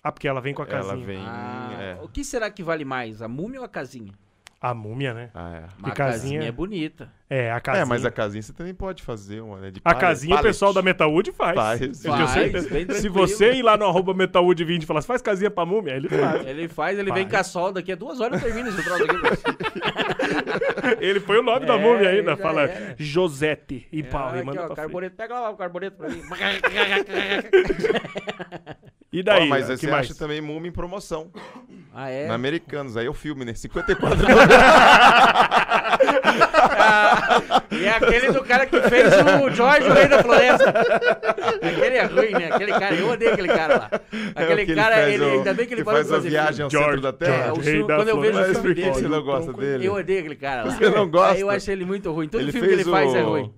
Speaker 2: Ah, porque ela vem com a
Speaker 4: Ela
Speaker 2: casinha.
Speaker 4: vem.
Speaker 3: Ah,
Speaker 4: é.
Speaker 3: O que será que vale mais, a múmia ou a casinha?
Speaker 2: A múmia, né?
Speaker 4: Ah, é.
Speaker 3: Mas
Speaker 2: casinha-
Speaker 3: a casinha é bonita.
Speaker 2: É, a casinha.
Speaker 4: É, mas a casinha você também pode fazer uma, né? De
Speaker 2: A
Speaker 4: pallet-
Speaker 2: casinha o
Speaker 4: pallet.
Speaker 2: pessoal da Metaúd faz.
Speaker 4: Faz.
Speaker 2: Eu tenho
Speaker 3: Faz,
Speaker 2: certeza.
Speaker 3: É bem
Speaker 2: Se
Speaker 3: tranquilo.
Speaker 2: você ir lá no arroba Metaúd20 e falar, faz casinha pra múmia, ele faz.
Speaker 3: Ele faz, ele vem
Speaker 2: Faz.
Speaker 3: com a sol daqui a duas horas eu termino esse troço aqui.
Speaker 2: ele põe o nome da
Speaker 3: É,
Speaker 2: múmia ainda,
Speaker 3: já
Speaker 2: fala
Speaker 3: era.
Speaker 2: Josete e pau,
Speaker 3: Ah,
Speaker 2: e
Speaker 3: aqui,
Speaker 2: manda
Speaker 3: ó,
Speaker 2: pra frente.
Speaker 3: carbureto, pega lá o carbureto pra mim.
Speaker 2: E
Speaker 4: Ó,
Speaker 2: daí,
Speaker 4: mas
Speaker 2: né,
Speaker 4: você
Speaker 2: que mais?
Speaker 4: acha também Múmia em promoção.
Speaker 3: Ah, é?
Speaker 4: Na Americanos, aí é o filme, né? 54
Speaker 3: E é aquele do cara que fez o Jorge, o Rei da Floresta. Aquele é ruim, né? Aquele cara, eu odeio aquele cara lá. Aquele
Speaker 4: é o que
Speaker 3: cara,
Speaker 4: faz
Speaker 3: ele,
Speaker 4: o-
Speaker 3: ainda bem que ele parou
Speaker 4: faz
Speaker 3: de
Speaker 4: a
Speaker 3: fazer
Speaker 4: viagem
Speaker 3: filme.
Speaker 4: ao
Speaker 2: George,
Speaker 4: centro da
Speaker 2: É,
Speaker 4: Terra.
Speaker 3: o
Speaker 2: Rei
Speaker 3: filme-
Speaker 2: da
Speaker 3: quando eu vejo o
Speaker 2: Floresta.
Speaker 4: Mas
Speaker 3: filme
Speaker 4: por que
Speaker 3: dele,
Speaker 4: você não gosta dele?
Speaker 3: Eu odeio aquele cara lá.
Speaker 4: Você não gosta?
Speaker 3: Eu acho ele muito ruim. Todo
Speaker 4: Ele
Speaker 3: filme que ele
Speaker 4: fez
Speaker 3: faz é
Speaker 4: o-
Speaker 3: ruim.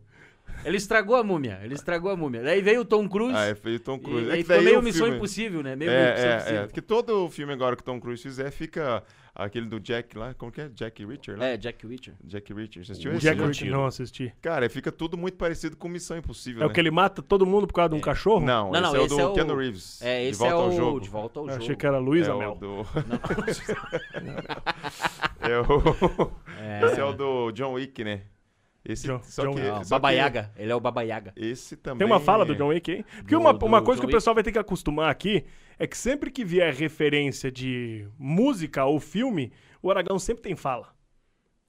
Speaker 3: Ele estragou a múmia. Ele estragou a múmia. Daí veio o Tom Cruise.
Speaker 4: Ah, é feito Tom
Speaker 3: e-
Speaker 4: Cruise.
Speaker 3: e
Speaker 4: é que
Speaker 3: ficou
Speaker 4: daí
Speaker 3: meio
Speaker 4: o
Speaker 3: Missão
Speaker 4: filme...
Speaker 3: Impossível, né?
Speaker 4: É,
Speaker 3: Meio Missão
Speaker 4: é, é.
Speaker 3: Impossível.
Speaker 4: Porque todo filme agora que o Tom Cruise fizer fica aquele do Jack lá. Como que é? Jack Richard lá?
Speaker 3: É, Jack Witcher.
Speaker 4: Jack Richard. Você assistiu esse?
Speaker 2: Jack
Speaker 4: Já?
Speaker 2: Richard, não assisti.
Speaker 4: Cara, fica tudo muito parecido com Missão Impossível,
Speaker 2: É o
Speaker 4: né?
Speaker 2: que ele mata todo mundo por causa de um cachorro?
Speaker 4: Não,
Speaker 3: Não,
Speaker 4: esse
Speaker 3: não,
Speaker 4: é o
Speaker 3: esse
Speaker 4: do
Speaker 3: é o-
Speaker 4: Keanu Reeves.
Speaker 3: É,
Speaker 4: de
Speaker 3: esse
Speaker 4: volta
Speaker 3: é o
Speaker 4: ao jogo.
Speaker 3: De Volta ao
Speaker 2: Eu
Speaker 3: Jogo.
Speaker 2: achei que era Luísa
Speaker 4: é
Speaker 2: Mel.
Speaker 4: O do... é o... Esse é o do John Wick, né? Esse,
Speaker 2: John-
Speaker 4: só
Speaker 2: John
Speaker 4: que,
Speaker 2: Wick.
Speaker 4: só
Speaker 3: Não,
Speaker 4: que
Speaker 3: Baba Yaga. Ele é o Baba Yaga.
Speaker 4: Esse também.
Speaker 2: Tem uma fala do John Wick aí? Porque
Speaker 3: Do-
Speaker 2: uma,
Speaker 3: do
Speaker 2: uma coisa
Speaker 3: John
Speaker 2: que o pessoal vai ter que acostumar aqui é que sempre que vier referência de música ou filme, o Aragão sempre tem fala.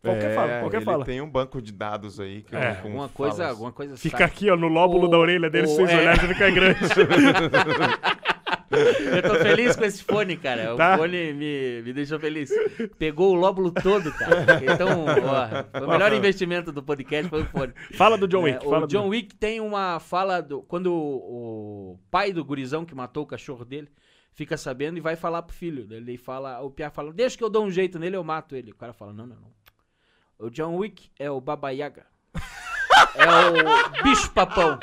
Speaker 2: Qualquer
Speaker 4: é,
Speaker 2: fala, qualquer
Speaker 4: ele
Speaker 2: fala.
Speaker 4: tem um banco de dados aí. Que
Speaker 2: É.
Speaker 4: com
Speaker 3: Alguma coisa,
Speaker 4: falas.
Speaker 3: alguma coisa
Speaker 2: Fica
Speaker 3: sabe?
Speaker 2: aqui, ó, no lóbulo
Speaker 3: O-
Speaker 2: da orelha dele,
Speaker 3: o-
Speaker 2: se vocês
Speaker 3: é.
Speaker 2: olharem, você fica grande.
Speaker 3: Eu tô feliz com esse fone, cara. O
Speaker 2: Tá.
Speaker 3: fone me, me deixou feliz. Pegou o lóbulo todo, cara. Então, ó, foi o melhor investimento do podcast foi o fone.
Speaker 2: fala do John
Speaker 3: É,
Speaker 2: Wick. fala do
Speaker 3: o John Wick tem uma fala do. Quando o, o pai do gurizão que matou o cachorro dele fica sabendo e vai falar pro filho. Ele fala, o Pia fala, deixa que eu dou um jeito nele, eu mato ele. O cara fala, não, não, não. O John Wick é o Baba Yaga. É o bicho papão.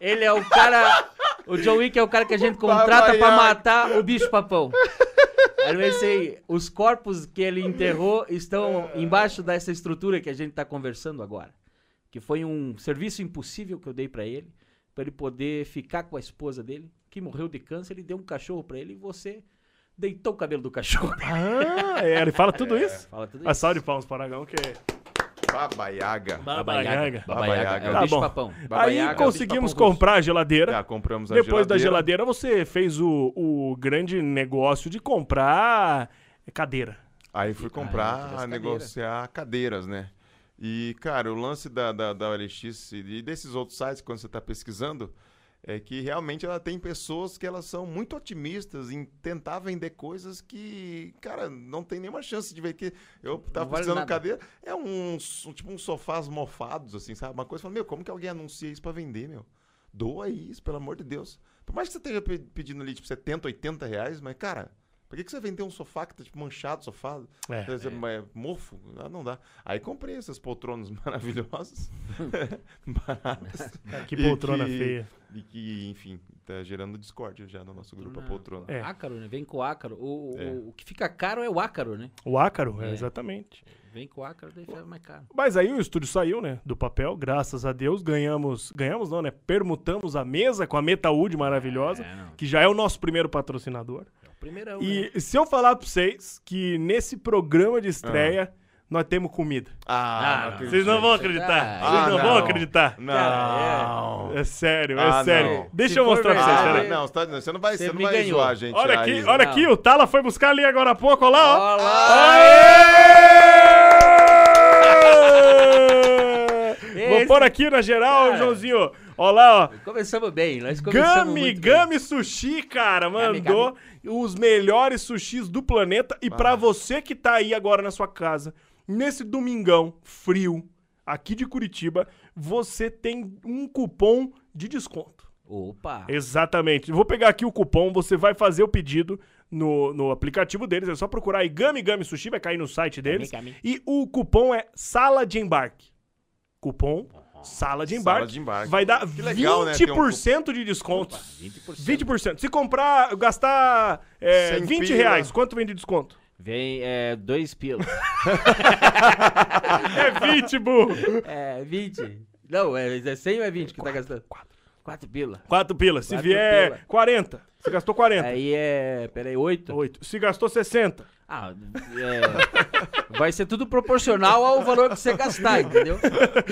Speaker 3: Ele é o cara. O John Wick é o cara que a gente contrata
Speaker 4: Baba
Speaker 3: pra
Speaker 4: Yaga.
Speaker 3: matar o bicho papão. Aí eu pensei, os corpos que ele enterrou estão embaixo dessa estrutura que a gente tá conversando agora. Que foi um serviço impossível que eu dei pra ele, pra ele poder ficar com a esposa dele, que morreu de câncer, ele deu um cachorro pra ele e você deitou o cabelo do cachorro.
Speaker 2: Ah, é, ele fala tudo isso?
Speaker 3: Fala tudo
Speaker 2: A
Speaker 3: isso.
Speaker 2: salve de palmas para o Aragão, que é
Speaker 4: Babaiaga.
Speaker 2: babaiaga.
Speaker 4: Babaiaga.
Speaker 3: Babaiaga. É o
Speaker 4: Tá
Speaker 3: bicho
Speaker 2: bom.
Speaker 3: papão.
Speaker 2: Aí
Speaker 4: Babaiaga,
Speaker 2: conseguimos
Speaker 3: bicho papão russo.
Speaker 2: comprar a geladeira.
Speaker 3: Tá,
Speaker 4: Já compramos a
Speaker 2: Depois da
Speaker 4: geladeira.
Speaker 2: geladeira, você fez o, o grande negócio de comprar cadeira.
Speaker 4: Aí fui
Speaker 3: Ah,
Speaker 4: comprar,
Speaker 3: todas as
Speaker 4: negociar cadeiras, né? E, cara, o lance da, da, da OLX e desses outros sites, quando você está pesquisando, é que realmente ela tem pessoas que elas são muito otimistas em tentar vender coisas que, cara, não tem nenhuma chance de ver que eu tava
Speaker 3: vale
Speaker 4: pesquisando
Speaker 3: nada.
Speaker 4: cadeira, é um, um- tipo uns sofás mofados assim, sabe? Uma coisa, fala, meu, como que alguém anuncia isso para vender, meu? Doa isso, pelo amor de Deus. Por mais que você esteja pe- pedindo ali tipo 70, 80 reais, mas cara, por que, que você vender um sofá que tá tipo manchado, sofá?
Speaker 2: É.
Speaker 4: Quer dizer, mas mofo, ah, não dá. Aí comprei essas poltronas maravilhosas, baratas,
Speaker 2: Que
Speaker 4: E
Speaker 2: poltrona
Speaker 4: que-
Speaker 2: feia.
Speaker 4: e que, enfim, tá gerando discórdia já no nosso grupo, a poltrona.
Speaker 2: É.
Speaker 3: Ácaro, né? Vem com o ácaro. O, o-
Speaker 4: É.
Speaker 3: o que fica caro é o ácaro, né?
Speaker 2: O ácaro, é,
Speaker 3: É.
Speaker 2: exatamente.
Speaker 3: Vem com o ácaro, daí fica mais caro.
Speaker 2: Mas aí o estúdio saiu, né? Do papel, graças a Deus. Ganhamos. Ganhamos, não, né? Permutamos a mesa com a Metaúde maravilhosa,
Speaker 3: É, não.
Speaker 2: que já é o nosso primeiro patrocinador.
Speaker 4: É
Speaker 3: Primeirão, né?
Speaker 2: E se eu falar pra vocês que nesse programa de estreia nós temos comida.
Speaker 4: Ah,
Speaker 3: Ah,
Speaker 4: acredito.
Speaker 2: Vocês não vão
Speaker 3: Você tá-
Speaker 2: acreditar.
Speaker 4: Ah,
Speaker 2: Vocês não, vão
Speaker 4: não.
Speaker 2: acreditar.
Speaker 4: Não.
Speaker 2: É sério, é
Speaker 4: Ah,
Speaker 2: sério.
Speaker 4: não.
Speaker 2: Deixa
Speaker 3: Se
Speaker 2: eu
Speaker 3: for
Speaker 2: mostrar pra vocês,
Speaker 3: verdade,
Speaker 2: peraí.
Speaker 4: Ah, não, você, tá- você não vai,
Speaker 3: Você
Speaker 4: você não
Speaker 3: me
Speaker 4: vai
Speaker 3: ganhou.
Speaker 4: zoar a gente.
Speaker 2: Olha
Speaker 4: aí.
Speaker 2: aqui, olha aqui, o Tala foi buscar ali agora há pouco, olha lá, ó.
Speaker 3: Olha lá!
Speaker 2: Aê! Vou
Speaker 3: Esse-
Speaker 2: pôr aqui na geral,
Speaker 3: Cara.
Speaker 2: Joãozinho. Olha lá, ó.
Speaker 3: Começamos bem, nós começamos
Speaker 2: Gami,
Speaker 3: muito
Speaker 2: Gami Sushi, cara, mandou os melhores sushis do planeta. E
Speaker 4: Ah.
Speaker 2: pra você que tá aí agora na sua casa, nesse domingão frio, aqui de Curitiba, você tem um cupom de desconto.
Speaker 3: bem. Opa!
Speaker 4: Ah.
Speaker 2: Exatamente. Eu Vou pegar aqui o cupom, você vai fazer o pedido no, no aplicativo deles, é só procurar aí Gami Gami Sushi, vai cair no site deles.
Speaker 3: Gami.
Speaker 2: E o cupom é Sala de Embarque. Cupom Sala de Embarque.
Speaker 4: Sala de embarque.
Speaker 2: Vai dar
Speaker 4: Que legal, né, ter um
Speaker 2: 20% de desconto.
Speaker 3: 20%.
Speaker 2: 20%. Se comprar, gastar é,
Speaker 4: Cem
Speaker 2: 20
Speaker 4: pila.
Speaker 2: reais, quanto vem de desconto?
Speaker 3: Vem é, dois pilos.
Speaker 2: É 20, burro.
Speaker 3: É, 20. Não, é, é 100 ou é 20 que tá gastando? 4. 4 pila.
Speaker 2: 4 pilas. Se
Speaker 3: Quatro
Speaker 2: vier
Speaker 3: pila.
Speaker 2: 40, você gastou 40.
Speaker 3: Aí é. Peraí, 8?
Speaker 2: 8. Se gastou 60.
Speaker 3: Ah, é. vai ser tudo proporcional ao valor que você gastar, entendeu?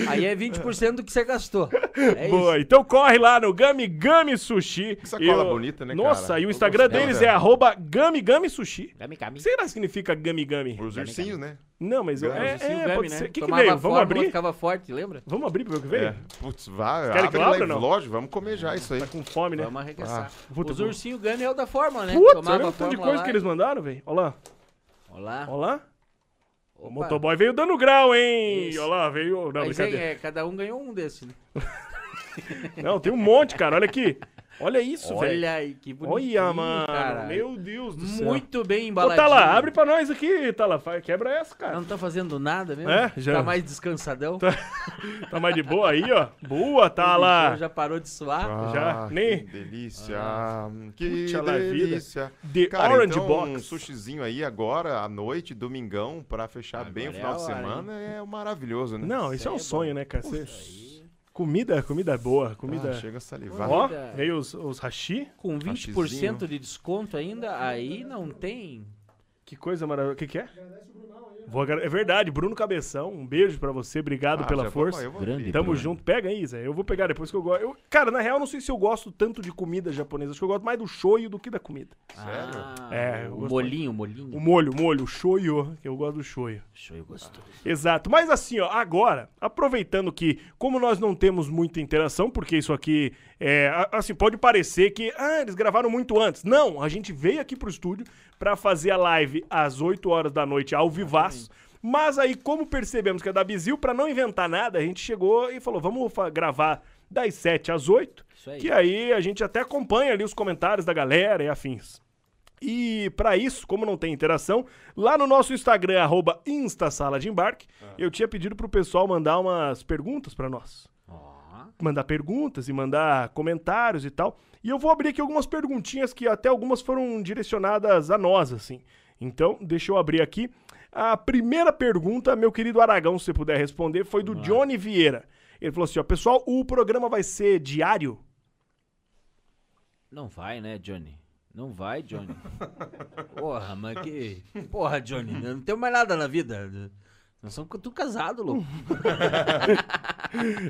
Speaker 3: Aí é 20% do que você gastou. É
Speaker 2: Boa, então corre lá no Gami Gami Sushi.
Speaker 4: Que sacola
Speaker 2: E o-
Speaker 4: bonita, né,
Speaker 2: Nossa,
Speaker 4: cara?
Speaker 2: e o
Speaker 4: Eu
Speaker 2: Instagram
Speaker 4: gostei,
Speaker 2: deles é
Speaker 4: cara.
Speaker 2: arroba Gami Gami Sushi.
Speaker 3: isso. Gami, gami.
Speaker 2: O que será que significa Gami Gami?
Speaker 4: Os ursinhos, né?
Speaker 2: Não, mas eu,
Speaker 4: Gami,
Speaker 2: é,
Speaker 3: Sim, o
Speaker 2: é,
Speaker 3: Gami,
Speaker 2: pode
Speaker 3: né?
Speaker 2: ser. O que, que
Speaker 3: Tomava
Speaker 2: veio? Vamos
Speaker 3: fórmula,
Speaker 2: abrir?
Speaker 3: ficava forte, lembra?
Speaker 2: Vamos abrir pra ver o que veio?
Speaker 4: É. Putz, vai,
Speaker 2: Querem que
Speaker 4: abre
Speaker 2: eu
Speaker 4: lá,
Speaker 2: abra ou não?
Speaker 4: lógico, vamos comer já isso aí.
Speaker 2: Tá com fome, né?
Speaker 3: Vamos arregaçar.
Speaker 2: puta,
Speaker 3: Os
Speaker 2: vou-
Speaker 3: ursinhos Gami é o da forma, né?
Speaker 2: Putz,
Speaker 3: Tomava
Speaker 2: olha o tanto de
Speaker 3: fórmula
Speaker 2: coisa
Speaker 3: lá.
Speaker 2: que eles mandaram, velho. Olha lá,
Speaker 3: Olá.
Speaker 2: olha lá.
Speaker 3: Opa.
Speaker 2: O motoboy veio dando grau, hein?
Speaker 3: Isso.
Speaker 2: Olha lá, veio... Não,
Speaker 3: Mas é,
Speaker 2: brincadeira.
Speaker 3: é, cada um ganhou um desse, né?
Speaker 2: Não, tem um monte, cara. Olha aqui. Olha isso, velho.
Speaker 3: é. Olha aí, que bonito.
Speaker 2: Olha, mano. Meu Deus do céu.
Speaker 3: Muito bem
Speaker 2: Ô,
Speaker 3: embaladinho.
Speaker 2: tá lá, abre pra nós aqui, tá lá. Quebra essa, cara.
Speaker 3: Não tá fazendo nada mesmo?
Speaker 2: É, já-
Speaker 3: Tá mais descansadão?
Speaker 2: Tá mais de boa aí, ó. Boa, tá lá. Tá.
Speaker 3: Já parou de suar?
Speaker 2: Já,
Speaker 4: Ah,
Speaker 2: nem- Ah.
Speaker 4: Que delícia. que
Speaker 2: Puta lá, vida.
Speaker 4: delícia.
Speaker 2: The
Speaker 4: Cara,
Speaker 2: Orange
Speaker 4: então, um
Speaker 2: Box.
Speaker 4: sushizinho aí agora, à noite, domingão, pra fechar bem o
Speaker 3: é
Speaker 4: final
Speaker 3: a
Speaker 4: de
Speaker 3: hora,
Speaker 4: semana, é maravilhoso, né?
Speaker 2: Não, isso é um
Speaker 3: Isso aí é
Speaker 2: sonho, né, cara? Você... Comida, comida boa, comida. é
Speaker 4: Ah, chega a salivar.
Speaker 2: Ó,
Speaker 3: Comida.
Speaker 2: veio os, os hashi.
Speaker 3: Com 20%
Speaker 4: Hachizinho.
Speaker 3: de desconto ainda, aí não tem.
Speaker 2: Que coisa maravilhosa. O que, que é? Vou agra- É verdade, Bruno Cabeção. Um beijo pra você, obrigado
Speaker 4: Ah,
Speaker 2: pela
Speaker 4: já vou-
Speaker 2: força.
Speaker 4: eu vou
Speaker 3: Grande
Speaker 4: abrir.
Speaker 2: Tamo
Speaker 3: Bruno.
Speaker 2: junto. Pega aí, Zé. Eu vou pegar depois que eu gosto. Eu- Cara, na real, não sei se eu gosto tanto de comida japonesa. Acho que eu gosto mais do shoyu do que da comida.
Speaker 4: Sério?
Speaker 3: Ah,
Speaker 2: É, eu
Speaker 3: o
Speaker 2: gosto
Speaker 3: molinho, o
Speaker 2: O
Speaker 3: molinho.
Speaker 2: molho, o molho, o shoyu. que Eu gosto do shoyu.
Speaker 3: Show, eu gostoso.
Speaker 2: Exato. Mas assim, ó, agora, aproveitando que, como nós não temos muita interação, porque isso aqui é. a- Assim, pode parecer que. Ah, eles gravaram muito antes. Não, a gente veio aqui pro estúdio pra fazer a live às 8 horas da noite, ao vivaço. Mas aí, como percebemos que é da Bizil, pra não inventar nada, a gente chegou e falou: vamos fa- gravar das 7 às 8.
Speaker 3: Isso aí.
Speaker 2: Que aí a gente até acompanha ali os comentários da galera e afins. E pra isso, como não tem interação, lá no nosso Instagram, arroba Instasala de Embarque, eu tinha pedido pro pessoal mandar umas perguntas pra nós.
Speaker 3: Ó,
Speaker 2: Mandar perguntas e mandar comentários e tal. E eu vou abrir aqui algumas perguntinhas que até algumas foram direcionadas a nós, assim. Então, deixa eu abrir aqui. A primeira pergunta, meu querido Aragão, se você puder responder, foi do Johnny Vieira. Ele falou assim: ó, pessoal, o programa vai ser diário?
Speaker 3: não vai, né, Johnny? Não vai, Johnny. Porra, mas que. Porra, Johnny, eu não tenho mais nada na vida. Nós somos tudo casado, louco.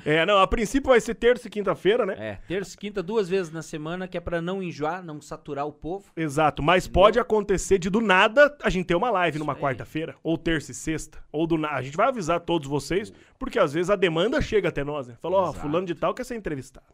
Speaker 2: É, não, a princípio vai ser terça e quinta-feira, né?
Speaker 3: É, terça e quinta, duas vezes na semana, que é pra não enjoar, não saturar o povo.
Speaker 2: Exato, mas pode acontecer de do nada a gente ter uma live numa quarta-feira, ou terça e sexta, ou do nada. A gente vai avisar todos vocês, porque às vezes a demanda chega até nós, né? Falou, ó,
Speaker 3: Exato.
Speaker 2: fulano de tal quer ser entrevistado.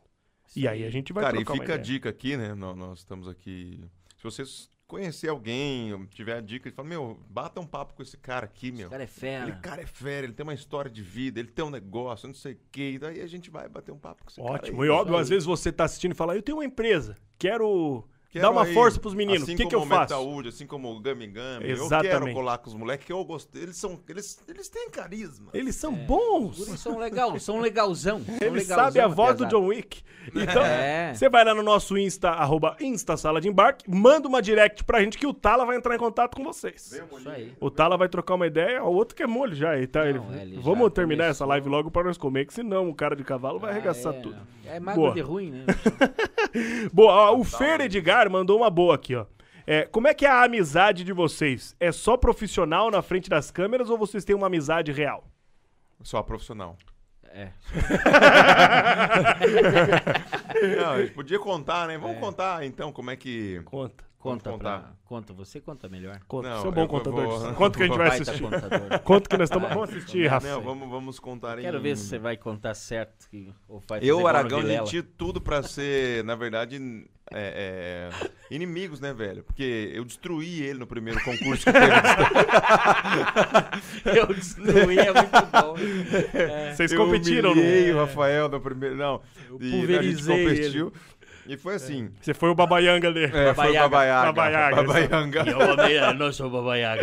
Speaker 2: E aí a gente vai
Speaker 4: Cara, e
Speaker 2: trocar uma
Speaker 4: fica a
Speaker 2: ideia.
Speaker 4: dica aqui, né? nó- Nós, estamos aqui. Se vocês conhecer alguém, ou tiver a dica, fala, meu, bata um papo com esse cara aqui, meu.
Speaker 3: O cara é
Speaker 4: Ele
Speaker 3: fera.
Speaker 4: cara é fera, ele tem uma história de vida, ele tem um negócio, não sei o quê. E daí a gente vai bater um papo com esse cara.
Speaker 2: Ótimo,
Speaker 4: aí.
Speaker 2: e óbvio, às vezes você tá assistindo e fala, eu tenho uma empresa, quero,
Speaker 4: Quero
Speaker 2: dar uma
Speaker 4: aí,
Speaker 2: força pros meninos, o
Speaker 4: assim
Speaker 2: que que
Speaker 4: como
Speaker 2: eu faço?
Speaker 4: Metaúde, assim como o Gami Gami, eu
Speaker 2: Exatamente.
Speaker 4: quero colar com os moleques, que eu gosto. Eles são. Eles, eles têm carisma.
Speaker 2: Eles são bons!
Speaker 3: É. Eles são legal, são legalzão. são
Speaker 2: Ele
Speaker 3: legalzão,
Speaker 2: sabe a voz do
Speaker 3: rapaziada.
Speaker 2: John Wick. Então,
Speaker 3: É.
Speaker 2: você vai lá no nosso Insta, arroba Insta Sala de Embarque, manda uma direct pra gente que o Tala vai entrar em contato com vocês.
Speaker 3: Isso aí.
Speaker 2: O Tala vai trocar uma ideia, o outro que é molho já. Ele tá,
Speaker 3: Não,
Speaker 2: ele-
Speaker 3: ele já
Speaker 2: Vamos terminar essa
Speaker 3: começou.
Speaker 2: live logo pra nós comer, que senão o cara de cavalo vai arregaçar
Speaker 3: Ah, é,
Speaker 2: tudo.
Speaker 3: não. É mago
Speaker 2: Boa.
Speaker 3: de ruim, né?
Speaker 2: Boa, ó,
Speaker 4: Tá
Speaker 2: o Fer Edgar mandou uma boa aqui, ó. É, como é que é a amizade de vocês? É só profissional na frente das câmeras ou vocês têm uma amizade real?
Speaker 4: Só um profissional.
Speaker 3: É.
Speaker 4: Não, a gente podia contar, né? Vamos contar então como é que.
Speaker 2: Conta.
Speaker 3: Conta
Speaker 4: Vamos
Speaker 3: pra... Conta, você conta melhor.
Speaker 2: Conta.
Speaker 4: Não,
Speaker 2: Você é um bom
Speaker 4: eu- eu
Speaker 2: contador.
Speaker 4: vou-
Speaker 2: disso. Quanto que a gente vai
Speaker 3: Baita
Speaker 2: assistir?
Speaker 3: contador.
Speaker 2: Quanto que nós estamos. Vamos
Speaker 3: tá
Speaker 2: assistir, Rafa.
Speaker 4: Não, vamos, vamos contar
Speaker 3: Quero
Speaker 4: em-
Speaker 3: ver se você vai contar certo. que- Ou vai fazer
Speaker 4: Eu,
Speaker 3: igual
Speaker 4: Aragão,
Speaker 3: o
Speaker 4: a
Speaker 3: Vilela.
Speaker 4: gente tinha tudo pra ser, na verdade, é, é, inimigos, né, velho? Porque eu destruí ele no primeiro concurso que teve.
Speaker 3: Eu destruí, é muito bom.
Speaker 2: Vocês
Speaker 4: eu
Speaker 2: competiram,
Speaker 4: humilhei
Speaker 2: não?
Speaker 4: o Rafael no primeiro... Não, e a gente
Speaker 3: pulverizei
Speaker 4: competiu. E foi assim.
Speaker 2: Você foi o babaianga ali.
Speaker 4: É, foi o Babaiaga.
Speaker 2: Babaiaga,
Speaker 4: Babaiaga.
Speaker 2: É
Speaker 3: Eu amei a nossa babaiaga.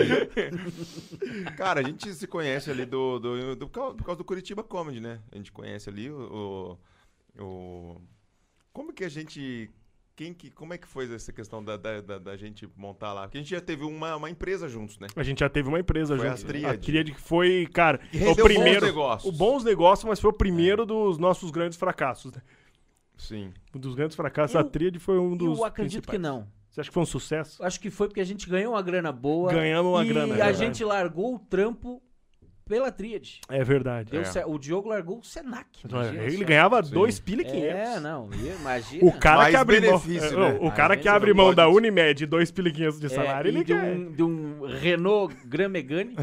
Speaker 4: Cara, a gente se conhece ali do, do, do- por causa- por causa do Curitiba Comedy, né? A gente conhece ali o. o, o- como que a gente. Quem que, como é que foi essa questão da, da, da- da gente montar lá? Porque a gente já teve uma, uma empresa juntos, né?
Speaker 2: A gente já teve uma empresa
Speaker 4: Foi
Speaker 2: junto.
Speaker 4: as tríade.
Speaker 2: A tríade que foi, cara,
Speaker 4: E
Speaker 2: o
Speaker 4: rendeu
Speaker 2: primeiro.
Speaker 4: bons negócios.
Speaker 2: O bons negócios, mas foi o
Speaker 3: É.
Speaker 2: primeiro dos nossos grandes fracassos. né?
Speaker 4: Sim.
Speaker 2: Um dos grandes fracassos,
Speaker 3: Eu-
Speaker 2: a tríade foi um dos.
Speaker 3: Eu acredito
Speaker 2: principais.
Speaker 3: que não.
Speaker 2: Você acha que foi um sucesso?
Speaker 3: Acho que foi porque a gente ganhou uma grana boa.
Speaker 2: Ganhamos uma
Speaker 3: e
Speaker 2: grana. é
Speaker 3: a
Speaker 2: verdade.
Speaker 3: gente largou o trampo pela tríade.
Speaker 2: É verdade.
Speaker 3: Deu ce- O Diogo largou o Senac.
Speaker 2: Não,
Speaker 3: imagina
Speaker 2: Ele
Speaker 3: só.
Speaker 2: ganhava
Speaker 4: Sim.
Speaker 2: 2 pila e 500.
Speaker 3: um É, não, e- imagina.
Speaker 2: O cara
Speaker 4: Mais
Speaker 2: que abre mão,
Speaker 4: benefício,
Speaker 2: é,
Speaker 4: né?
Speaker 2: o
Speaker 3: Mais
Speaker 2: cara que
Speaker 3: benefício.
Speaker 2: abre mão
Speaker 4: Pode.
Speaker 2: da Unimed, 2 pila e 500 de
Speaker 3: É,
Speaker 2: salário,
Speaker 3: e
Speaker 2: ele
Speaker 3: de,
Speaker 2: quer.
Speaker 3: um, de um Renault Gran Megane.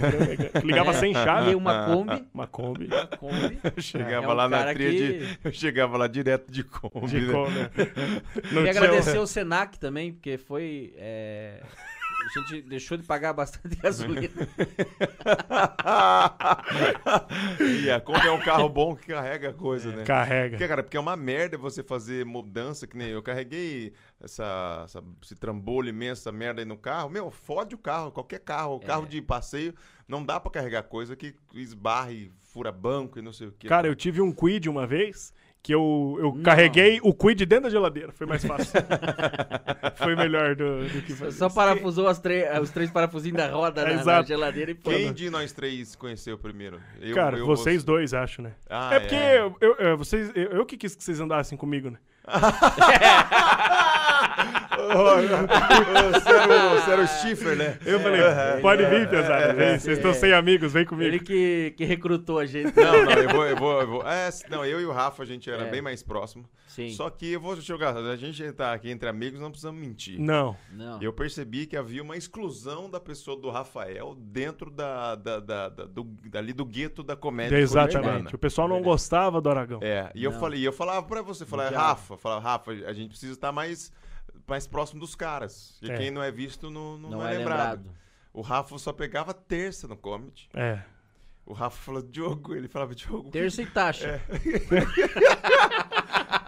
Speaker 2: Ligava sem chave.
Speaker 3: É. E uma Kombi.
Speaker 2: Uma Kombi.
Speaker 3: Kombi.
Speaker 4: Chegava
Speaker 3: É um
Speaker 4: lá na
Speaker 3: cara
Speaker 4: tria
Speaker 3: que-
Speaker 4: de. Eu chegava lá direto de Kombi.
Speaker 2: De
Speaker 4: né?
Speaker 2: Kombi. né? Não tinha-
Speaker 3: E agradecer o Senac também, porque foi. é, A gente deixou de pagar bastante gasolina.
Speaker 4: e a Kombi é um carro bom que carrega coisa, né?
Speaker 2: Carrega.
Speaker 4: Porque, cara, porque é uma merda você fazer mudança, que nem eu carreguei essa, essa- esse trambolho imenso, essa merda aí no carro. Meu, fode o carro, qualquer carro. O carro de passeio não dá pra carregar coisa que esbarre, fura banco e não sei o quê.
Speaker 2: Cara, eu tive um quid uma vez que eu, eu carreguei o quid dentro da geladeira. Foi mais fácil. foi melhor do, do que fazer.
Speaker 3: Só parafusou as tre- os três parafusinhos da roda na, na
Speaker 2: Exato.
Speaker 3: geladeira e pô.
Speaker 4: Quem de nós três se conheceu primeiro? Eu-
Speaker 2: Cara,
Speaker 4: eu-
Speaker 2: vocês
Speaker 4: você-
Speaker 2: dois, acho, né?
Speaker 4: Ah,
Speaker 2: é porque Eu, eu, eu- vocês, eu, eu que quis que vocês andassem comigo, né?
Speaker 4: Você era o, você era o Schiffer, né?
Speaker 2: Eu falei, pode vir, pesado. vem, Vocês estão sem amigos, vem comigo.
Speaker 3: Ele que, que recrutou a gente.
Speaker 4: Não, não, eu vou, eu vou, eu vou. É, não, eu e o Rafa, a gente era
Speaker 3: É.
Speaker 4: bem mais próximo.
Speaker 3: Sim.
Speaker 4: Só que eu vou jogar, a gente tá aqui entre amigos, não precisamos mentir.
Speaker 2: Não.
Speaker 3: Não.
Speaker 4: Eu percebi que havia uma exclusão da pessoa do Rafael dentro da, da, da, da- do, dali do gueto da comédia.
Speaker 2: Exatamente.
Speaker 4: corintiana.
Speaker 2: O pessoal não gostava do Aragão.
Speaker 4: É, e eu falei, e eu falava pra você, falava, Rafa, falava, Rafa, a gente precisa estar mais, mais próximo dos caras. E
Speaker 2: É.
Speaker 4: quem não é visto não, não,
Speaker 3: não,
Speaker 4: é, lembrado. O Rafa só pegava terça no comedy.
Speaker 2: É.
Speaker 4: O Rafa falou, Diogo, ele falava, Diogo,
Speaker 3: Terça e taxa.
Speaker 4: É.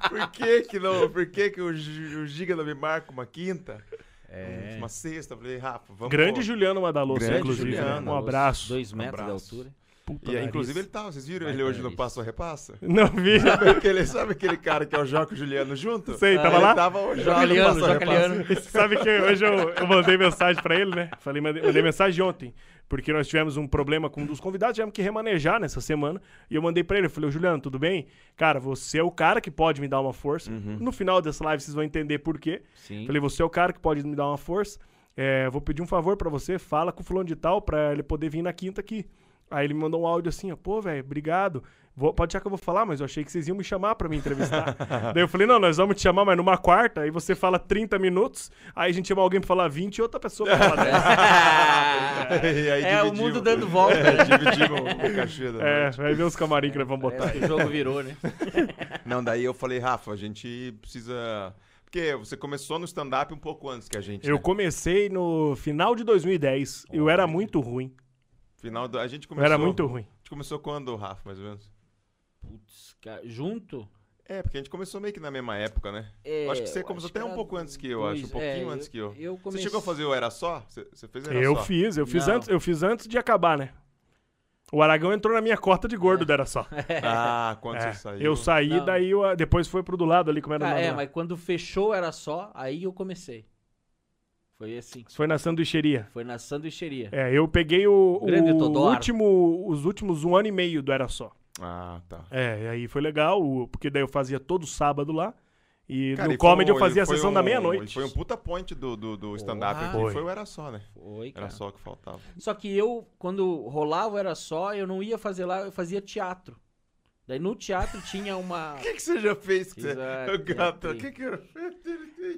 Speaker 4: por que que não, por que que o, Gi- o Giga não me marca uma quinta?
Speaker 3: É.
Speaker 4: Uma sexta, eu falei, Rafa, vamos...
Speaker 2: Grande
Speaker 4: pô."
Speaker 2: Juliano Madaloso,
Speaker 4: Grande
Speaker 2: inclusive. né?
Speaker 4: Juliano.
Speaker 2: Um abraço.
Speaker 3: Dois metros
Speaker 4: abraço.
Speaker 3: de altura.
Speaker 2: Puta
Speaker 4: E aí,
Speaker 2: nariz.
Speaker 4: inclusive ele tava, vocês viram
Speaker 3: Vai,
Speaker 4: ele hoje no
Speaker 3: nariz.
Speaker 4: Passo a Repassa?
Speaker 2: Não vi.
Speaker 4: Sabe aquele, sabe aquele cara que é o Joca e o Juliano junto?
Speaker 2: Sei, tava
Speaker 4: Ele
Speaker 2: lá?
Speaker 4: Tava o Joca
Speaker 3: Jocaliano,
Speaker 4: Juliano,
Speaker 3: Jocaliano.
Speaker 2: Sabe que hoje eu, eu mandei mensagem pra ele, né? Falei, mandei, mandei mensagem ontem. porque nós tivemos um problema com um dos convidados, tivemos que remanejar nessa semana. E eu mandei pra ele, eu falei, ô Juliano, tudo bem? Cara, você é o cara que pode me dar uma força. No final dessa live vocês vão entender por quê.
Speaker 3: Sim.
Speaker 2: Falei, você é o cara que pode me dar uma força. É, vou pedir um favor pra você, fala com o fulano de tal pra ele poder vir na quinta aqui. Aí ele me mandou um áudio assim, ó, pô, velho, obrigado. Vou- pode achar que eu vou falar, mas eu achei que vocês iam me chamar pra me entrevistar. Daí eu falei, não, nós vamos te chamar, mas numa quarta, aí você fala 30 minutos, aí a gente chama alguém pra falar 20 e outra pessoa pra falar 10.
Speaker 4: E aí
Speaker 3: é o
Speaker 4: dividimos-
Speaker 3: mundo dando volta.
Speaker 4: É, dividimos o cachê da
Speaker 2: É,
Speaker 4: noite.
Speaker 2: vai ver os camarim que nós vamos botar.
Speaker 3: Parece É, que o jogo virou, né?
Speaker 4: Não, daí eu falei, Rafa, a gente precisa. Porque você começou no stand-up um pouco antes que a gente.
Speaker 2: Eu
Speaker 4: né?
Speaker 2: comecei no final de 2010. Eu era muito ruim.
Speaker 4: Final do... A gente
Speaker 2: Eu
Speaker 4: começou.
Speaker 2: era muito ruim.
Speaker 4: A gente começou quando, Rafa, mais ou menos?
Speaker 3: Putz, cara, junto?
Speaker 4: É, porque a gente começou meio que na mesma época, né?
Speaker 3: É,
Speaker 4: Eu acho que você
Speaker 3: eu
Speaker 4: começou
Speaker 3: acho que
Speaker 4: até um
Speaker 3: era
Speaker 4: pouco antes que eu, acho. Um
Speaker 3: dois- é,
Speaker 4: pouquinho antes que eu.
Speaker 3: eu
Speaker 4: Você chegou a fazer o Era Só? Você, você fez Era
Speaker 2: Eu
Speaker 4: Só?
Speaker 2: fiz, eu fiz
Speaker 3: Não.
Speaker 2: antes, eu fiz antes de acabar, né? O Aragão entrou na minha cota de gordo, dera só.
Speaker 4: Ah, É. quando
Speaker 2: É,
Speaker 4: você saiu.
Speaker 2: eu saí,
Speaker 3: Não.
Speaker 2: daí eu- ah, depois foi pro do lado ali, como era o
Speaker 3: Cara,
Speaker 2: nome
Speaker 3: é,
Speaker 2: lá?
Speaker 3: mas quando fechou era só, aí eu comecei. Foi assim.
Speaker 2: Foi na sanduicheria.
Speaker 3: Foi na sanduicheria.
Speaker 2: É, eu peguei o,
Speaker 3: Grande
Speaker 2: o
Speaker 3: Todoro.
Speaker 2: último, os últimos um ano e meio do Era Só.
Speaker 4: Ah, tá.
Speaker 2: É, e aí foi legal, o- porque daí eu fazia todo sábado lá. E
Speaker 4: Cara,
Speaker 2: no
Speaker 4: e foi
Speaker 2: comedy
Speaker 4: um-
Speaker 2: eu fazia a
Speaker 4: e foi
Speaker 2: sessão
Speaker 4: um-
Speaker 2: da meia-noite.
Speaker 4: Foi um puta point do, do, do stand-up
Speaker 3: Porra.
Speaker 4: aqui.
Speaker 2: Foi.
Speaker 4: Foi o Era Só, né?
Speaker 3: Foi, cara.
Speaker 4: Era só o que faltava.
Speaker 3: Só que eu, quando rolava era só, eu não ia fazer lá, eu fazia teatro. Daí no teatro tinha uma.
Speaker 4: O que, que você já fez? Que
Speaker 3: Fiz
Speaker 4: você...
Speaker 3: a-
Speaker 4: O gato,
Speaker 3: a-
Speaker 4: o que que eu...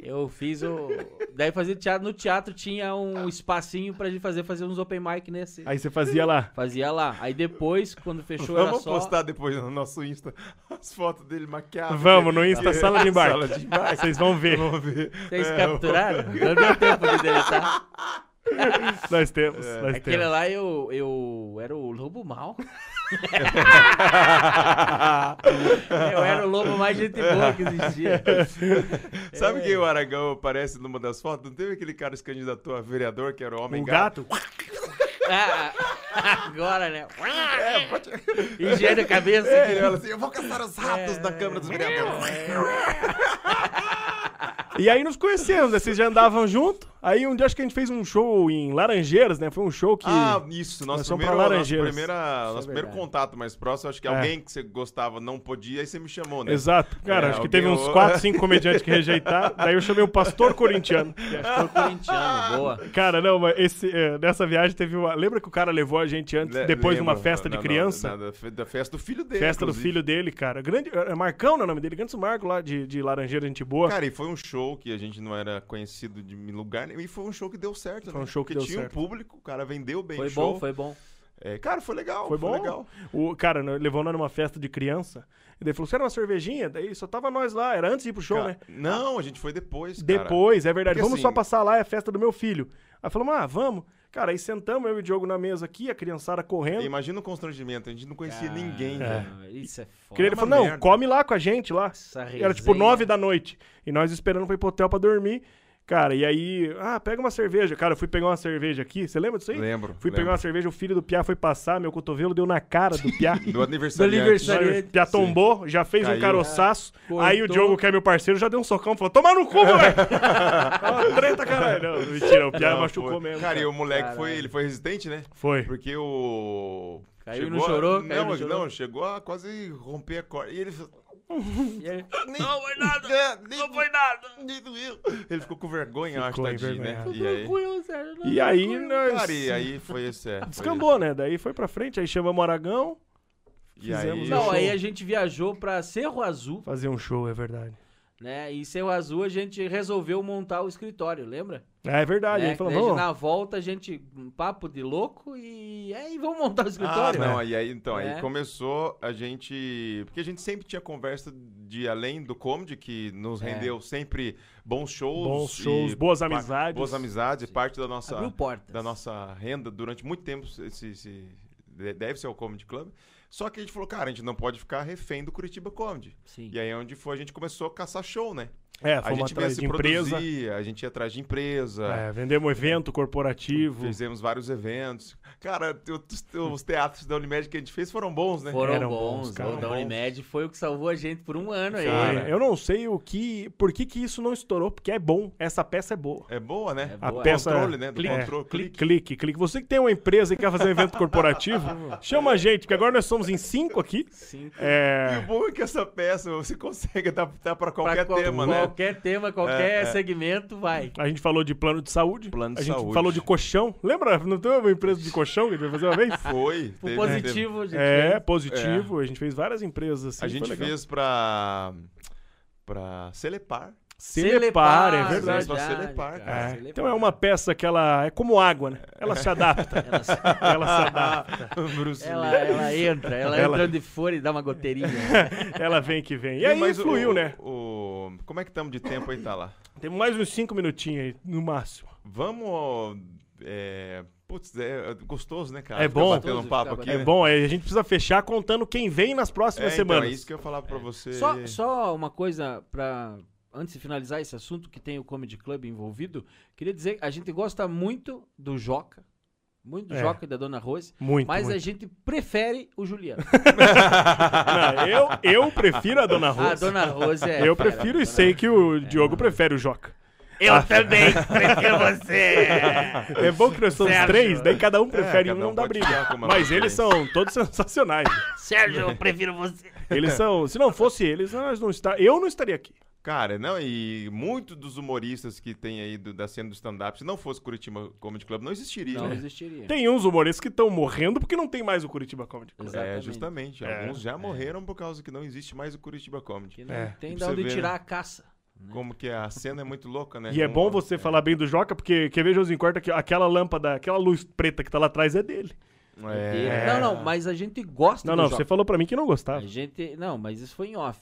Speaker 3: Eu fiz o. Daí fazia teatro. No teatro tinha um espacinho pra gente fazer, fazer uns open mic nesse.
Speaker 2: Aí você fazia lá.
Speaker 3: Fazia lá. Aí depois, quando fechou era
Speaker 4: Vamos
Speaker 3: só.
Speaker 4: postar depois no nosso Insta as fotos dele maquiado.
Speaker 2: Vamos, no Insta,
Speaker 4: Que-
Speaker 2: sala de embarque.
Speaker 4: Ah, Sala de embarque.
Speaker 2: Vocês vão ver.
Speaker 4: Vamos ver.
Speaker 3: Vocês
Speaker 4: É,
Speaker 3: capturaram? Não deu tempo de deletar.
Speaker 2: Nós temos,
Speaker 4: É.
Speaker 2: nós
Speaker 3: Aquele é
Speaker 2: temos.
Speaker 3: lá eu, eu era o lobo mal. eu era o lobo mais gente boa que existia.
Speaker 4: Sabe quem é o Aragão aparece numa das fotos? Não teve aquele cara que se candidatou a vereador, que era o homem
Speaker 2: O gato?
Speaker 3: Ah, agora, né? Engenheiro a cabeça.
Speaker 4: É, ele fala assim, eu vou caçar os ratos
Speaker 3: É,
Speaker 4: da Câmara dos Vereadores.
Speaker 2: E aí nos conhecemos, né? Vocês já andavam junto. Aí um dia acho que a gente fez um show em Laranjeiras, né? Foi um show que.
Speaker 4: Ah, isso. Nosso
Speaker 2: Nós fomos
Speaker 4: primeiro,
Speaker 2: pra
Speaker 4: nosso,
Speaker 2: Laranjeiras. é
Speaker 4: primeira, nosso primeiro
Speaker 3: verdade.
Speaker 4: contato mais próximo, acho que alguém que você gostava não podia, aí você me chamou, né?
Speaker 2: Exato. Cara,
Speaker 4: É,
Speaker 2: acho que teve
Speaker 4: alguém-
Speaker 2: uns 4, 5 comediantes que rejeitaram. Daí eu chamei o pastor corintiano.
Speaker 3: Sou corintiano, boa.
Speaker 2: Cara, não, mas esse, é, nessa viagem teve uma. Lembra que o cara levou a gente antes,
Speaker 4: Le-
Speaker 2: depois de uma
Speaker 4: lembro.
Speaker 2: festa de
Speaker 4: Não, não,
Speaker 2: criança?
Speaker 4: não, da fe- da festa do filho dele.
Speaker 2: Festa do
Speaker 4: inclusive.
Speaker 2: filho dele, cara. Grande, é Marcão não é o nome dele, grande Marco lá de, de Laranjeira, gente boa.
Speaker 4: Cara, e foi um show que a gente não era conhecido de lugar nenhum. E foi um show que deu certo,
Speaker 2: Foi um
Speaker 4: né?
Speaker 2: show que
Speaker 4: Porque
Speaker 2: deu
Speaker 4: tinha
Speaker 2: certo.
Speaker 4: um público, o cara vendeu bem
Speaker 3: Foi
Speaker 4: o show.
Speaker 3: bom, foi bom.
Speaker 4: É, cara, foi legal.
Speaker 2: Foi
Speaker 4: Foi,
Speaker 2: bom.
Speaker 4: legal.
Speaker 2: O cara né, levou nós numa festa de criança. E daí falou: você era uma cervejinha? Daí só tava nós lá, era antes de ir pro show,
Speaker 4: Ca-
Speaker 2: né?
Speaker 4: Não, a gente foi depois, cara.
Speaker 2: Depois, é verdade.
Speaker 4: porque
Speaker 2: Vamos
Speaker 4: assim-
Speaker 2: só passar lá, é a festa do meu filho. Aí falamos, ah, vamos. Cara, aí sentamos eu e o Diogo na mesa aqui, a criançada correndo.
Speaker 4: Imagina o constrangimento, a gente não conhecia
Speaker 3: Ah,
Speaker 4: ninguém, né?
Speaker 3: Isso é foda.
Speaker 2: Queria, ele
Speaker 4: uma
Speaker 2: falou, não,
Speaker 4: merda.
Speaker 2: come lá com a gente lá.
Speaker 3: Essa
Speaker 2: Era tipo
Speaker 3: resenha.
Speaker 2: nove da noite. E nós esperando pra ir pro hotel pra dormir. Cara, e aí, ah, pega uma cerveja. Cara, eu fui pegar uma cerveja aqui. Você lembra disso aí?
Speaker 4: Lembro.
Speaker 2: Fui pegar
Speaker 4: lembro.
Speaker 2: uma cerveja, o filho do Piá foi passar, meu cotovelo deu na cara do Piá.
Speaker 4: Do aniversário.
Speaker 3: aniversário.
Speaker 2: Sabe, o Piá tombou, já fez um
Speaker 4: Caiu.
Speaker 2: caroçaço. Aí o
Speaker 3: Cortou.
Speaker 2: Diogo, que é meu parceiro, já deu um socão e falou: Toma no cu, moleque! Ó, treta, caralho. Não, mentira, o Piá machucou mesmo.
Speaker 4: Cara, e o moleque foi,
Speaker 3: Caralho.
Speaker 4: ele foi resistente, né?
Speaker 2: Foi.
Speaker 4: Porque o.
Speaker 3: Caiu e não chorou,
Speaker 4: Não,
Speaker 3: caiu e não chorou.
Speaker 4: não, chegou a quase romper a corda. E ele falou.
Speaker 3: E aí-
Speaker 4: Não foi nada! não foi nada! Nem doeu. Ele ficou com vergonha, eu acho,
Speaker 2: Ficou
Speaker 4: tadinho, né?
Speaker 2: envergonhado.
Speaker 4: E aí?
Speaker 3: né?
Speaker 2: E aí, nós.
Speaker 4: Cara, e aí foi esse. É, foi
Speaker 2: Descambou, né? Daí foi pra frente, aí chamamos o Aragão,
Speaker 4: esse. E aí, Ah,
Speaker 2: Fizemos
Speaker 3: Não,
Speaker 2: show.
Speaker 3: aí a gente viajou pra Cerro Azul,
Speaker 2: fazer um show, é verdade.
Speaker 3: né? E em Cerro Azul a gente resolveu montar o escritório, lembra?
Speaker 2: É verdade,
Speaker 3: né?
Speaker 2: ele falou,
Speaker 3: Daí,
Speaker 2: vamos.
Speaker 3: na volta a gente, um papo de louco e aí vamos montar o
Speaker 4: Ah,
Speaker 3: escritório.
Speaker 4: não, aí, aí então,
Speaker 3: É.
Speaker 4: aí começou a gente. Porque a gente sempre tinha conversa de além do comedy, que nos
Speaker 3: É.
Speaker 4: rendeu sempre bons shows.
Speaker 2: Bons
Speaker 4: e
Speaker 2: shows, boas
Speaker 4: pa-
Speaker 2: amizades.
Speaker 4: Boas amizades, e parte da nossa,
Speaker 3: Abriu portas.
Speaker 4: da nossa renda durante muito tempo. Esse, esse- de- deve ser o Comedy Club. Só que a gente falou, cara, a gente não pode ficar refém do Curitiba Comedy.
Speaker 3: Sim.
Speaker 4: E aí é onde foi, a gente começou a caçar show, né?
Speaker 2: É,
Speaker 4: a
Speaker 2: fomos
Speaker 4: gente ia
Speaker 2: atrás de
Speaker 4: se é.
Speaker 2: empresa.
Speaker 4: produzir, a gente ia atrás de empresa.
Speaker 2: É, vendemos evento corporativo.
Speaker 4: Fizemos vários eventos. Cara, eu- eu- os teatros da Unimed que a gente fez foram bons, né?
Speaker 3: Foram
Speaker 2: Eram bons,
Speaker 3: bons.
Speaker 2: cara,
Speaker 3: o
Speaker 4: eram
Speaker 3: da
Speaker 4: bons.
Speaker 3: Unimed foi o que salvou a gente por um ano aí.
Speaker 4: Cara,
Speaker 2: É, Eu não sei o que. Por que, que isso não estourou? Porque é bom. Essa peça é boa.
Speaker 4: É boa, né?
Speaker 3: É
Speaker 2: A
Speaker 3: boa.
Speaker 2: peça.
Speaker 4: Controle, né? Do
Speaker 2: Clique, É,
Speaker 4: controle,
Speaker 2: clique, clique, clique. Você que tem uma empresa e quer fazer um evento corporativo, chama a gente, que agora nós somos em cinco aqui.
Speaker 3: Cinco.
Speaker 4: E
Speaker 2: É.
Speaker 4: o bom é que essa peça você consegue adaptar pra
Speaker 3: Pra
Speaker 4: qualquer
Speaker 3: qual-
Speaker 4: tema, né?
Speaker 3: Qualquer tema, É, qualquer segmento, vai.
Speaker 2: A gente falou de plano de saúde.
Speaker 4: Plano de
Speaker 2: a gente
Speaker 4: saúde.
Speaker 2: falou de colchão. Lembra? Não teve uma empresa de colchão que a gente vai fazer uma vez?
Speaker 4: Foi. teve-
Speaker 3: O
Speaker 4: teve-
Speaker 3: Tipo, positivo, gente. né?
Speaker 2: É, positivo. A gente fez várias empresas assim.
Speaker 4: A gente
Speaker 2: foi legal.
Speaker 4: fez pra. pra Celepar.
Speaker 2: Celepar, é
Speaker 4: verdade.
Speaker 2: verdade.
Speaker 4: Mesmo a Celepar,
Speaker 3: cara,
Speaker 2: É.
Speaker 3: Celepar.
Speaker 2: Então é uma peça que ela é como água, né? Ela se adapta.
Speaker 3: Ela,
Speaker 2: Ela se adapta.
Speaker 4: Bruce
Speaker 3: ela,
Speaker 4: Lee.
Speaker 3: ela entra, ela,
Speaker 2: Ela-
Speaker 3: entra onde for e dá uma goteirinha.
Speaker 2: Ela vem que vem. E aí
Speaker 4: Mas o-
Speaker 2: fluiu, né?
Speaker 4: o- como é que estamos de tempo aí, tá lá?
Speaker 2: Temos mais uns cinco minutinhos aí, no máximo.
Speaker 4: Vamos. ó, É, putz, é gostoso, né, cara?
Speaker 2: É
Speaker 4: Ficar
Speaker 2: bom.
Speaker 4: Batendo um papo
Speaker 3: Gostoso
Speaker 4: aqui.
Speaker 3: ficar
Speaker 2: É
Speaker 4: né?
Speaker 2: bom, aí a gente precisa fechar contando quem vem nas
Speaker 4: É,
Speaker 2: próximas
Speaker 4: então,
Speaker 2: semanas.
Speaker 4: é isso que eu ia falar pra você. É,
Speaker 3: Só, só uma coisa pra. Antes de finalizar esse assunto que tem o Comedy Club envolvido, queria dizer que a gente gosta muito do Joca. Muito do
Speaker 2: É.
Speaker 3: Joca e da Dona Rose,
Speaker 2: Muito,
Speaker 3: mas a
Speaker 2: muito.
Speaker 3: gente prefere o Juliano.
Speaker 4: um
Speaker 2: Não, eu, eu prefiro a Dona Rosa.
Speaker 3: a Ah, Dona Rose é.
Speaker 2: eu
Speaker 3: fera,
Speaker 2: prefiro
Speaker 3: Dona
Speaker 2: e sei
Speaker 3: Rose.
Speaker 2: que
Speaker 4: É.
Speaker 2: o Diogo prefere o Joca. Eu também prefiro você. É bom que nós somos três, daí cada um prefere
Speaker 4: cada
Speaker 2: um,
Speaker 4: um
Speaker 2: não dá
Speaker 4: pode
Speaker 2: briga.
Speaker 4: ficar com uma
Speaker 2: Mas eles
Speaker 4: preferência.
Speaker 2: são todos sensacionais.
Speaker 5: Sérgio, eu prefiro você.
Speaker 2: Eles são, se não fosse eles, nós não está, eu não estaria aqui.
Speaker 4: Cara, não, e muito dos humoristas que tem aí do- da cena do stand-up, se não fosse Curitiba Comedy Club, não existiria,
Speaker 3: Não
Speaker 4: né?
Speaker 3: existiria.
Speaker 2: Tem uns humoristas que estão morrendo porque não tem mais o Curitiba Comedy Club.
Speaker 4: É,
Speaker 3: Exatamente.
Speaker 4: justamente.
Speaker 2: É.
Speaker 4: Alguns já morreram por causa que não existe mais o Curitiba Comedy.
Speaker 3: Que não
Speaker 2: É.
Speaker 3: tem
Speaker 4: E
Speaker 3: de
Speaker 4: pra você
Speaker 3: onde
Speaker 4: ver,
Speaker 3: tirar
Speaker 4: né?
Speaker 3: a caça.
Speaker 4: Como que a cena é muito louca, né?
Speaker 2: E é
Speaker 4: Como-
Speaker 2: bom você falar bem do Joca, porque quer ver, Josinho, corta que aquela lâmpada, aquela luz preta que tá lá atrás é dele.
Speaker 4: É.
Speaker 3: Não, não, mas a gente gosta
Speaker 2: Não,
Speaker 3: do
Speaker 2: não,
Speaker 3: Joca.
Speaker 2: você falou pra mim que não gostava.
Speaker 3: A gente. Não, mas isso foi em off.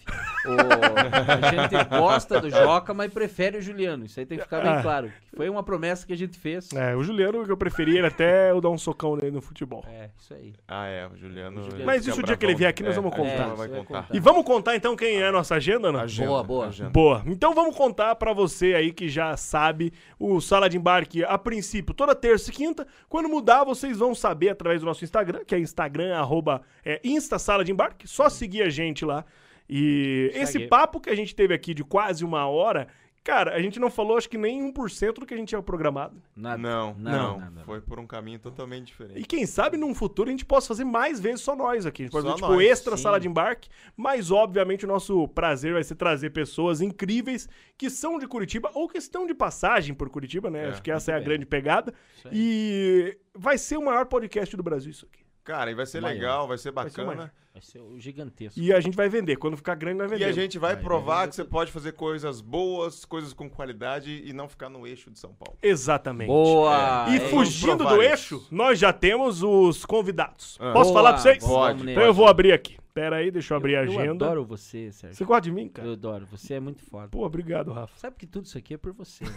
Speaker 3: O- a gente gosta do Joca, mas prefere o Juliano. Isso aí tem que ficar bem
Speaker 2: Ah.
Speaker 3: claro. Que foi uma promessa que a gente fez. É,
Speaker 2: É, o Juliano que eu preferia era até eu dar um socão nele no futebol.
Speaker 3: isso aí.
Speaker 4: Ah, é, o Juliano.
Speaker 3: Mas
Speaker 4: ele
Speaker 2: isso
Speaker 4: fica
Speaker 2: o dia que ele
Speaker 4: bravão.
Speaker 2: vier aqui, nós vamos
Speaker 4: a gente
Speaker 2: contar.
Speaker 4: vai
Speaker 3: Isso, vai
Speaker 4: contar.
Speaker 3: contar.
Speaker 2: E vamos contar então quem é a nossa agenda, não?
Speaker 4: tá. Agenda,
Speaker 3: Boa, boa.
Speaker 4: agenda.
Speaker 2: Boa. Então vamos contar pra você aí que já sabe o Sala de Embarque a princípio toda terça e quinta. Quando mudar, vocês vão saber através do nosso Instagram, que é Instagram arroba, é, Insta Sala de Embarque. Só seguir a gente lá. E
Speaker 3: Segue.
Speaker 2: esse papo que a gente teve aqui de quase uma hora, cara, a gente não falou acho que nem 1% do que a gente tinha programado.
Speaker 3: Nada.
Speaker 4: Não,
Speaker 3: Não,
Speaker 4: não,
Speaker 3: nada.
Speaker 4: Foi por um caminho totalmente diferente.
Speaker 2: E quem sabe num futuro a gente possa fazer mais vezes só nós aqui. A gente pode
Speaker 4: Só
Speaker 2: fazer tipo
Speaker 4: nós,
Speaker 2: extra
Speaker 3: sim.
Speaker 2: sala de embarque, mas obviamente o nosso prazer vai ser trazer pessoas incríveis que são de Curitiba ou que estão de passagem por Curitiba, né?
Speaker 4: É,
Speaker 2: Acho que essa é a
Speaker 3: bem.
Speaker 2: grande pegada. E vai ser o maior podcast do Brasil isso aqui.
Speaker 4: Cara, e vai ser
Speaker 3: Maior.
Speaker 4: legal, vai ser
Speaker 2: ser maior.
Speaker 4: bacana.
Speaker 3: Vai ser o gigantesco.
Speaker 2: E a gente vai vender. Quando ficar grande, nós
Speaker 4: e a
Speaker 2: vendemos.
Speaker 4: gente vai
Speaker 3: Vai, vai
Speaker 4: provar
Speaker 3: vender
Speaker 4: que você pode fazer coisas boas, coisas com qualidade e não ficar no eixo de São Paulo.
Speaker 2: Exatamente.
Speaker 3: Boa!
Speaker 2: E
Speaker 3: é isso.
Speaker 2: fugindo
Speaker 4: provar
Speaker 2: do
Speaker 4: isso.
Speaker 2: eixo, nós já temos os convidados.
Speaker 4: Ah.
Speaker 2: Posso
Speaker 3: Boa,
Speaker 2: falar pra vocês?
Speaker 3: vamos
Speaker 4: Pode.
Speaker 3: nele.
Speaker 2: Então eu vou abrir aqui. Pera aí, deixa eu abrir a
Speaker 3: Eu
Speaker 2: agenda.
Speaker 3: adoro você, Sérgio.
Speaker 2: Você gosta de mim,
Speaker 3: Eu
Speaker 2: cara?
Speaker 3: adoro. Você é muito foda.
Speaker 2: Pô, obrigado, Rafa.
Speaker 3: Sabe que tudo isso aqui é por você. né?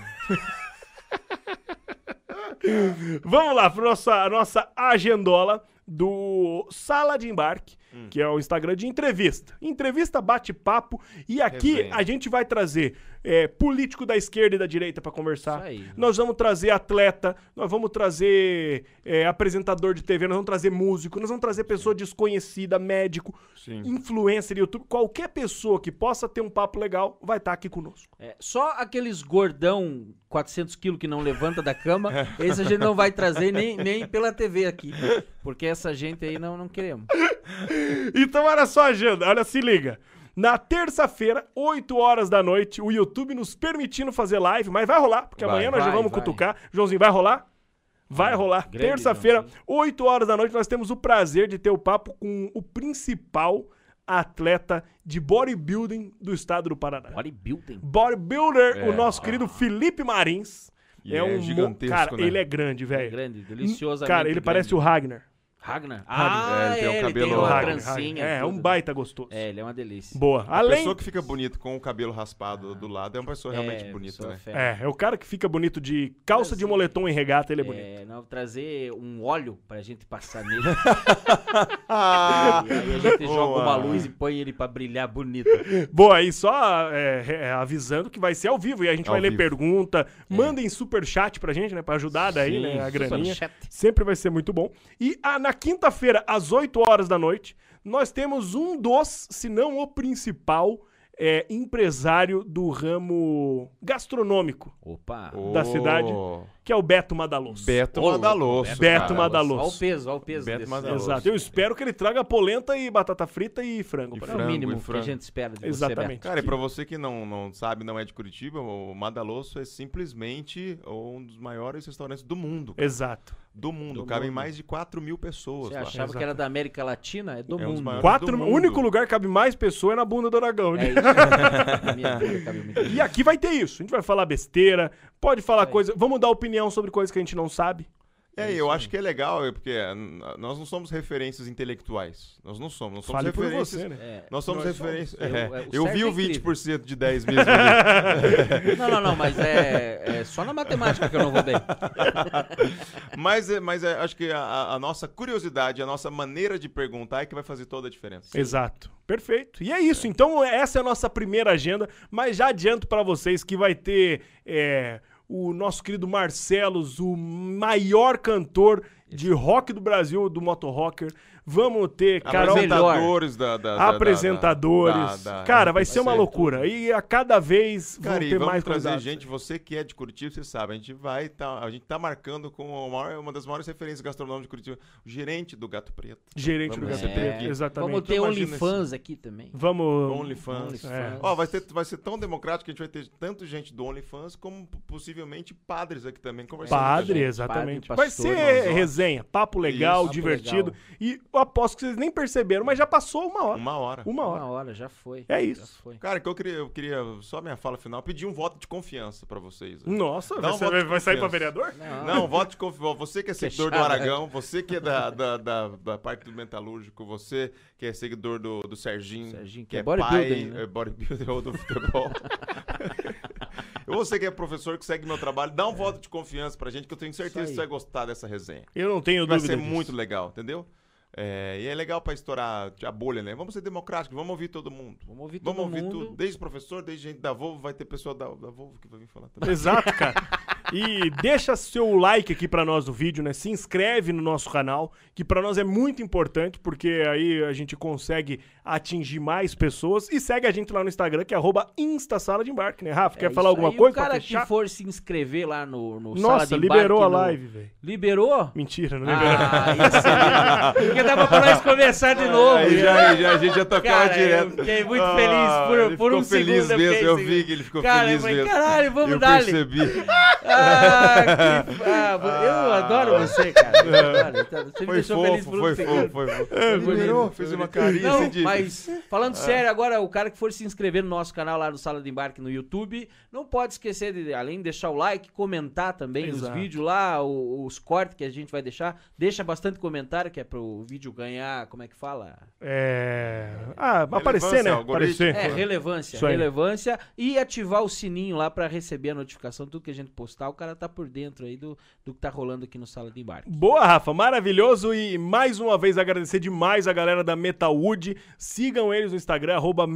Speaker 2: Vamos lá para nossa nossa agendola do Sala de Embarque, que é o Instagram de entrevista. Entrevista, bate-papo e aqui
Speaker 4: Resenha.
Speaker 2: a gente vai trazer é, político da esquerda e da direita para conversar.
Speaker 3: Isso aí.
Speaker 2: Nós vamos trazer atleta, nós vamos trazer é, apresentador de TV, nós vamos trazer músico, nós vamos trazer pessoa desconhecida, médico,
Speaker 4: Sim.
Speaker 2: influencer, YouTube, qualquer pessoa que possa ter um papo legal vai estar aqui conosco.
Speaker 3: É, só aqueles gordão 400 quilos que não levanta da cama, esse a gente não vai trazer nem, nem pela TV aqui. Porque essa gente aí não, não queremos.
Speaker 2: Então olha só a agenda, olha, se liga. Na terça-feira, 8 horas da noite, o YouTube nos permitindo fazer live, mas vai rolar, porque
Speaker 4: Vai,
Speaker 2: amanhã nós já
Speaker 3: vai,
Speaker 2: vamos
Speaker 3: vai.
Speaker 2: cutucar. Joãozinho, vai rolar? Vai rolar.
Speaker 3: grande
Speaker 2: Terça-feira,
Speaker 3: Joãozinho.
Speaker 2: 8 horas da noite, nós temos o prazer de ter o papo com o principal atleta de bodybuilding do estado do Paraná.
Speaker 3: Bodybuilding.
Speaker 2: Bodybuilder,
Speaker 4: É.
Speaker 2: o nosso querido Felipe Marins.
Speaker 4: E é
Speaker 2: um mo-
Speaker 4: gigantesco,
Speaker 2: Cara,
Speaker 4: né?
Speaker 2: ele é grande, velho.
Speaker 3: Grande, delicioso.
Speaker 2: Cara, ele parece o Ragnar.
Speaker 3: Ragnar.
Speaker 4: Ragnar,
Speaker 3: Ah,
Speaker 4: é, ele tem um
Speaker 3: é, ele
Speaker 4: cabelo-
Speaker 3: tem
Speaker 4: Pô,
Speaker 3: uma
Speaker 2: Ragnar,
Speaker 3: trancinha.
Speaker 2: é, é um
Speaker 3: tudo.
Speaker 2: baita gostoso.
Speaker 3: É, ele é uma delícia.
Speaker 2: Boa.
Speaker 4: A
Speaker 2: Além.
Speaker 4: pessoa que fica bonita com o cabelo raspado do lado é uma pessoa realmente
Speaker 3: É,
Speaker 4: bonita,
Speaker 3: sou
Speaker 4: né?
Speaker 3: fera.
Speaker 2: É, é o cara que fica bonito de calça de moletom e regata, ele é bonito.
Speaker 3: É, não, trazer um óleo pra gente passar nele.
Speaker 4: Ah,
Speaker 3: e aí a gente joga
Speaker 4: boa.
Speaker 3: uma luz e põe ele pra brilhar bonito.
Speaker 2: Boa, aí só é, re- é, avisando que vai ser ao vivo e a gente
Speaker 4: Ao
Speaker 2: vai ler
Speaker 4: vivo. É.
Speaker 2: pergunta. Mandem super chat pra gente, né? Pra ajudar daí,
Speaker 4: Sim,
Speaker 2: né? A graninha.
Speaker 3: superchat.
Speaker 2: Sempre vai ser muito bom. E ah, na quinta-feira, às 8 horas da noite, nós temos um dos, se não o principal, é, empresário do ramo gastronômico,
Speaker 3: Opa.
Speaker 2: Da cidade. que é o Beto Madaloso.
Speaker 4: Beto
Speaker 3: Ô,
Speaker 4: Madaloso.
Speaker 2: Beto
Speaker 4: cara.
Speaker 2: Madaloso.
Speaker 3: Olha o peso, olha o peso.
Speaker 4: Beto
Speaker 3: desse-
Speaker 4: Madaloso.
Speaker 2: Exato. Eu espero que ele traga polenta e batata frita e frango.
Speaker 4: E
Speaker 2: pra
Speaker 3: É o
Speaker 4: frango
Speaker 3: mínimo
Speaker 4: e
Speaker 3: que a
Speaker 4: frango.
Speaker 3: gente espera de
Speaker 2: Exatamente.
Speaker 4: Cara, e pra você que não, não sabe, não é de Curitiba, o Madaloso é simplesmente um dos maiores restaurantes do
Speaker 2: É.
Speaker 4: mundo.
Speaker 2: Exato.
Speaker 4: Do mundo.
Speaker 3: Do
Speaker 4: Cabem
Speaker 3: mundo.
Speaker 4: mais de 4 mil pessoas
Speaker 3: Você
Speaker 4: lá.
Speaker 3: achava que era da América Latina? É do
Speaker 4: É um dos
Speaker 3: mundo.
Speaker 4: maiores-
Speaker 2: Quatro,
Speaker 4: do
Speaker 2: o
Speaker 4: mundo.
Speaker 2: único lugar que cabe mais pessoa é na bunda do dragão.
Speaker 3: É
Speaker 2: né?
Speaker 3: isso. Na minha vida cabe muita
Speaker 2: E
Speaker 3: gente.
Speaker 2: aqui vai ter isso. A gente vai falar besteira, pode falar
Speaker 3: Vai.
Speaker 2: coisa. Vamos dar opinião sobre coisas que a gente não sabe.
Speaker 4: É, eu
Speaker 3: né?
Speaker 4: acho que é legal, é porque é, n- nós não somos referências intelectuais. Nós não somos. Nós somos
Speaker 2: Fale por
Speaker 4: referências.
Speaker 2: você, né?
Speaker 3: É.
Speaker 4: Nós somos
Speaker 2: Nós
Speaker 4: referências.
Speaker 3: somos.
Speaker 4: é.
Speaker 3: Eu- é, o
Speaker 4: Eu,
Speaker 3: certo
Speaker 4: vi
Speaker 3: é
Speaker 4: o
Speaker 3: incrível.
Speaker 4: 20% de 10 mesmo. ali.
Speaker 3: Não, não, não, mas é, é só na matemática que eu não vou bem.
Speaker 4: mas é- mas é, acho que a- a, a nossa curiosidade, a nossa maneira de perguntar é que vai fazer toda a diferença.
Speaker 2: Exato. Perfeito. E é isso. Então, essa é a nossa primeira agenda, mas já adianto pra vocês que vai ter é, o nosso querido Marcelos, o maior cantor de rock do Brasil, do Moto Rocker. Vamos ter Carol
Speaker 3: melhor.
Speaker 4: Apresentadores da, da- da- da- da-
Speaker 2: apresentadores.
Speaker 4: da- da-
Speaker 2: Cara, vai ser uma
Speaker 4: ser-
Speaker 2: loucura. E a cada vez vão
Speaker 4: Cara, e
Speaker 2: ter
Speaker 4: vamos
Speaker 2: mais
Speaker 4: trazer
Speaker 2: convidados.
Speaker 4: gente, você que é de Curitiba, você sabe, a gente vai, tá, a gente tá marcando com o maior- uma das maiores referências gastronômicas de Curitiba, o gerente do Gato Preto.
Speaker 2: Gerente do
Speaker 4: Vamos
Speaker 2: Gato
Speaker 4: receber
Speaker 2: Preto,
Speaker 4: aqui.
Speaker 2: exatamente.
Speaker 3: Vamos ter
Speaker 4: Imagina
Speaker 3: OnlyFans aqui também.
Speaker 2: Vamos.
Speaker 4: OnlyFans.
Speaker 3: OnlyFans.
Speaker 2: É.
Speaker 4: Ó, vai, ser, vai ser tão democrático que a gente vai ter tanto gente do OnlyFans como p- possivelmente padres aqui também conversando. com a
Speaker 2: Padre,
Speaker 4: gente.
Speaker 2: exatamente.
Speaker 3: Padre,
Speaker 2: Vai
Speaker 3: pastor,
Speaker 2: ser
Speaker 4: irmãos, ó.
Speaker 2: resenha, papo legal,
Speaker 4: Isso. Papo
Speaker 2: divertido.
Speaker 3: legal.
Speaker 2: E eu aposto que vocês nem perceberam, mas já passou uma hora.
Speaker 4: Uma hora.
Speaker 2: Uma hora.
Speaker 3: Uma hora, já foi.
Speaker 2: É isso.
Speaker 3: Já foi.
Speaker 4: Cara, que eu queria, eu queria, só minha fala final, pedir um voto de confiança pra vocês. ó.
Speaker 2: Nossa,
Speaker 4: Dá
Speaker 2: vai,
Speaker 4: um
Speaker 2: ser-
Speaker 4: voto de
Speaker 2: vai sair pra
Speaker 4: confiança.
Speaker 2: vereador?
Speaker 4: Não, voto de confiança. Você que é seguidor do
Speaker 3: chato.
Speaker 4: Aragão, você que é da, da, da, da parte do metalúrgico, você que é seguidor do, do Serginho,
Speaker 3: Serginho, que
Speaker 4: que
Speaker 3: é
Speaker 4: é pai,
Speaker 3: bodybuilding, né?
Speaker 4: é bodybuilder ou do futebol. Ou Você que é professor que segue meu trabalho, dá um voto de confiança pra gente, que eu tenho certeza que você vai gostar dessa resenha.
Speaker 2: Eu não tenho
Speaker 4: Vai
Speaker 2: dúvida.
Speaker 4: ser
Speaker 2: disso.
Speaker 4: muito legal, entendeu? É, e é legal pra estourar a bolha, né? Vamos ser democráticos, vamos ouvir todo mundo.
Speaker 3: Vamos ouvir todo
Speaker 4: Vamos ouvir
Speaker 3: mundo.
Speaker 4: tudo, desde professor, desde gente da Volvo, vai ter pessoa da, da Volvo que vai vir falar também.
Speaker 2: Exato, cara. E deixa seu like aqui pra nós no vídeo, né? Se inscreve no nosso canal, que pra nós é muito importante, porque aí a gente consegue atingir mais pessoas. E segue a gente lá no Instagram, que é arroba Instasala de Embarque, né? Rafa,
Speaker 3: É
Speaker 2: quer
Speaker 3: isso
Speaker 2: falar alguma
Speaker 3: aí.
Speaker 2: coisa
Speaker 3: O cara
Speaker 2: pra fechar?
Speaker 3: que for se inscrever lá no, no Sala de
Speaker 2: Nossa,
Speaker 3: Embarque
Speaker 2: liberou a
Speaker 3: no-
Speaker 2: live, velho.
Speaker 3: Liberou?
Speaker 2: Mentira, não liberou.
Speaker 3: Ah, isso aí. Porque dava pra nós começar de novo.
Speaker 4: Aí já, já- a gente já tocava
Speaker 3: Cara, eu
Speaker 4: direto.
Speaker 3: fiquei muito
Speaker 4: Ah,
Speaker 3: feliz por-
Speaker 4: ele
Speaker 3: por um
Speaker 4: ficou feliz
Speaker 3: segundo, eu
Speaker 4: mesmo,
Speaker 3: fiquei
Speaker 4: eu
Speaker 3: sem-
Speaker 4: vi que ele ficou
Speaker 3: Cara, eu
Speaker 4: feliz
Speaker 3: falei,
Speaker 4: mesmo.
Speaker 3: caralho, vamos
Speaker 4: eu
Speaker 3: dar-lhe.
Speaker 4: percebi.
Speaker 3: Ah, que- ah, eu adoro você, cara. Eu adoro. tá, Você me
Speaker 4: Foi
Speaker 3: deixou feliz
Speaker 4: fofo,
Speaker 3: por um
Speaker 4: foi fofo,
Speaker 3: segundo.
Speaker 4: foi fofo. Liberou, fez uma carinha Ah.
Speaker 3: Não,
Speaker 4: assim de...
Speaker 3: mas falando sério, agora o cara que for se inscrever no nosso canal lá no Sala de Embarque no YouTube, não pode esquecer de, além de deixar o like, comentar também
Speaker 2: Exato.
Speaker 3: os vídeos lá, o- os cortes que a gente vai deixar. Deixa bastante comentário, que é pro vídeo ganhar, como é que fala?
Speaker 2: É. Ah, aparecer, né?
Speaker 4: algoritmo.
Speaker 2: Aparecer.
Speaker 3: É, relevância,
Speaker 2: Isso aí.
Speaker 3: relevância e ativar o sininho lá pra receber a notificação, tudo que a gente postar, o cara tá por dentro aí do, do que tá rolando aqui no Sala de Embarque.
Speaker 2: Boa, Rafa, maravilhoso e mais uma vez agradecer demais a galera da Metalwood. Sigam eles no Instagram, arroba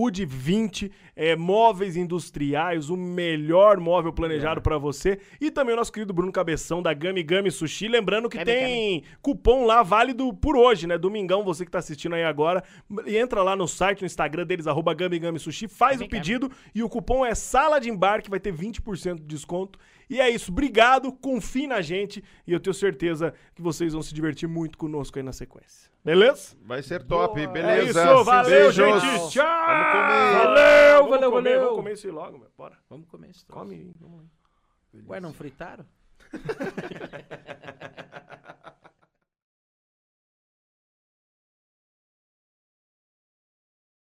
Speaker 2: Metalwood20, é, móveis industriais, o melhor móvel planejado pra você. E também o nosso querido Bruno Cabeção da Gami Gami Sushi. Lembrando que
Speaker 5: Gami
Speaker 2: tem cupom lá válido por hoje, né? Domingão, você que tá assistindo aí agora. E entra lá no site, no Instagram deles, arroba Gami Gami Sushi, faz o pedido e o cupom é Sala de Embarque, vai ter 20% de desconto. E é isso, obrigado, confie na gente e eu tenho certeza que vocês vão se divertir muito conosco aí na sequência. Beleza?
Speaker 4: Vai ser top,
Speaker 2: É
Speaker 4: beleza.
Speaker 2: isso, valeu,
Speaker 4: Beijos.
Speaker 2: gente. Tchau!
Speaker 4: comer.
Speaker 2: Valeu,
Speaker 3: Vamos
Speaker 2: valeu, valeu.
Speaker 3: comer,
Speaker 2: Vamos
Speaker 3: vamos
Speaker 2: comer
Speaker 3: comer
Speaker 2: isso aí logo, meu. Bora.
Speaker 3: Vamos comer isso.
Speaker 2: Come aí, vamos lá.
Speaker 3: Ué, não fritaram?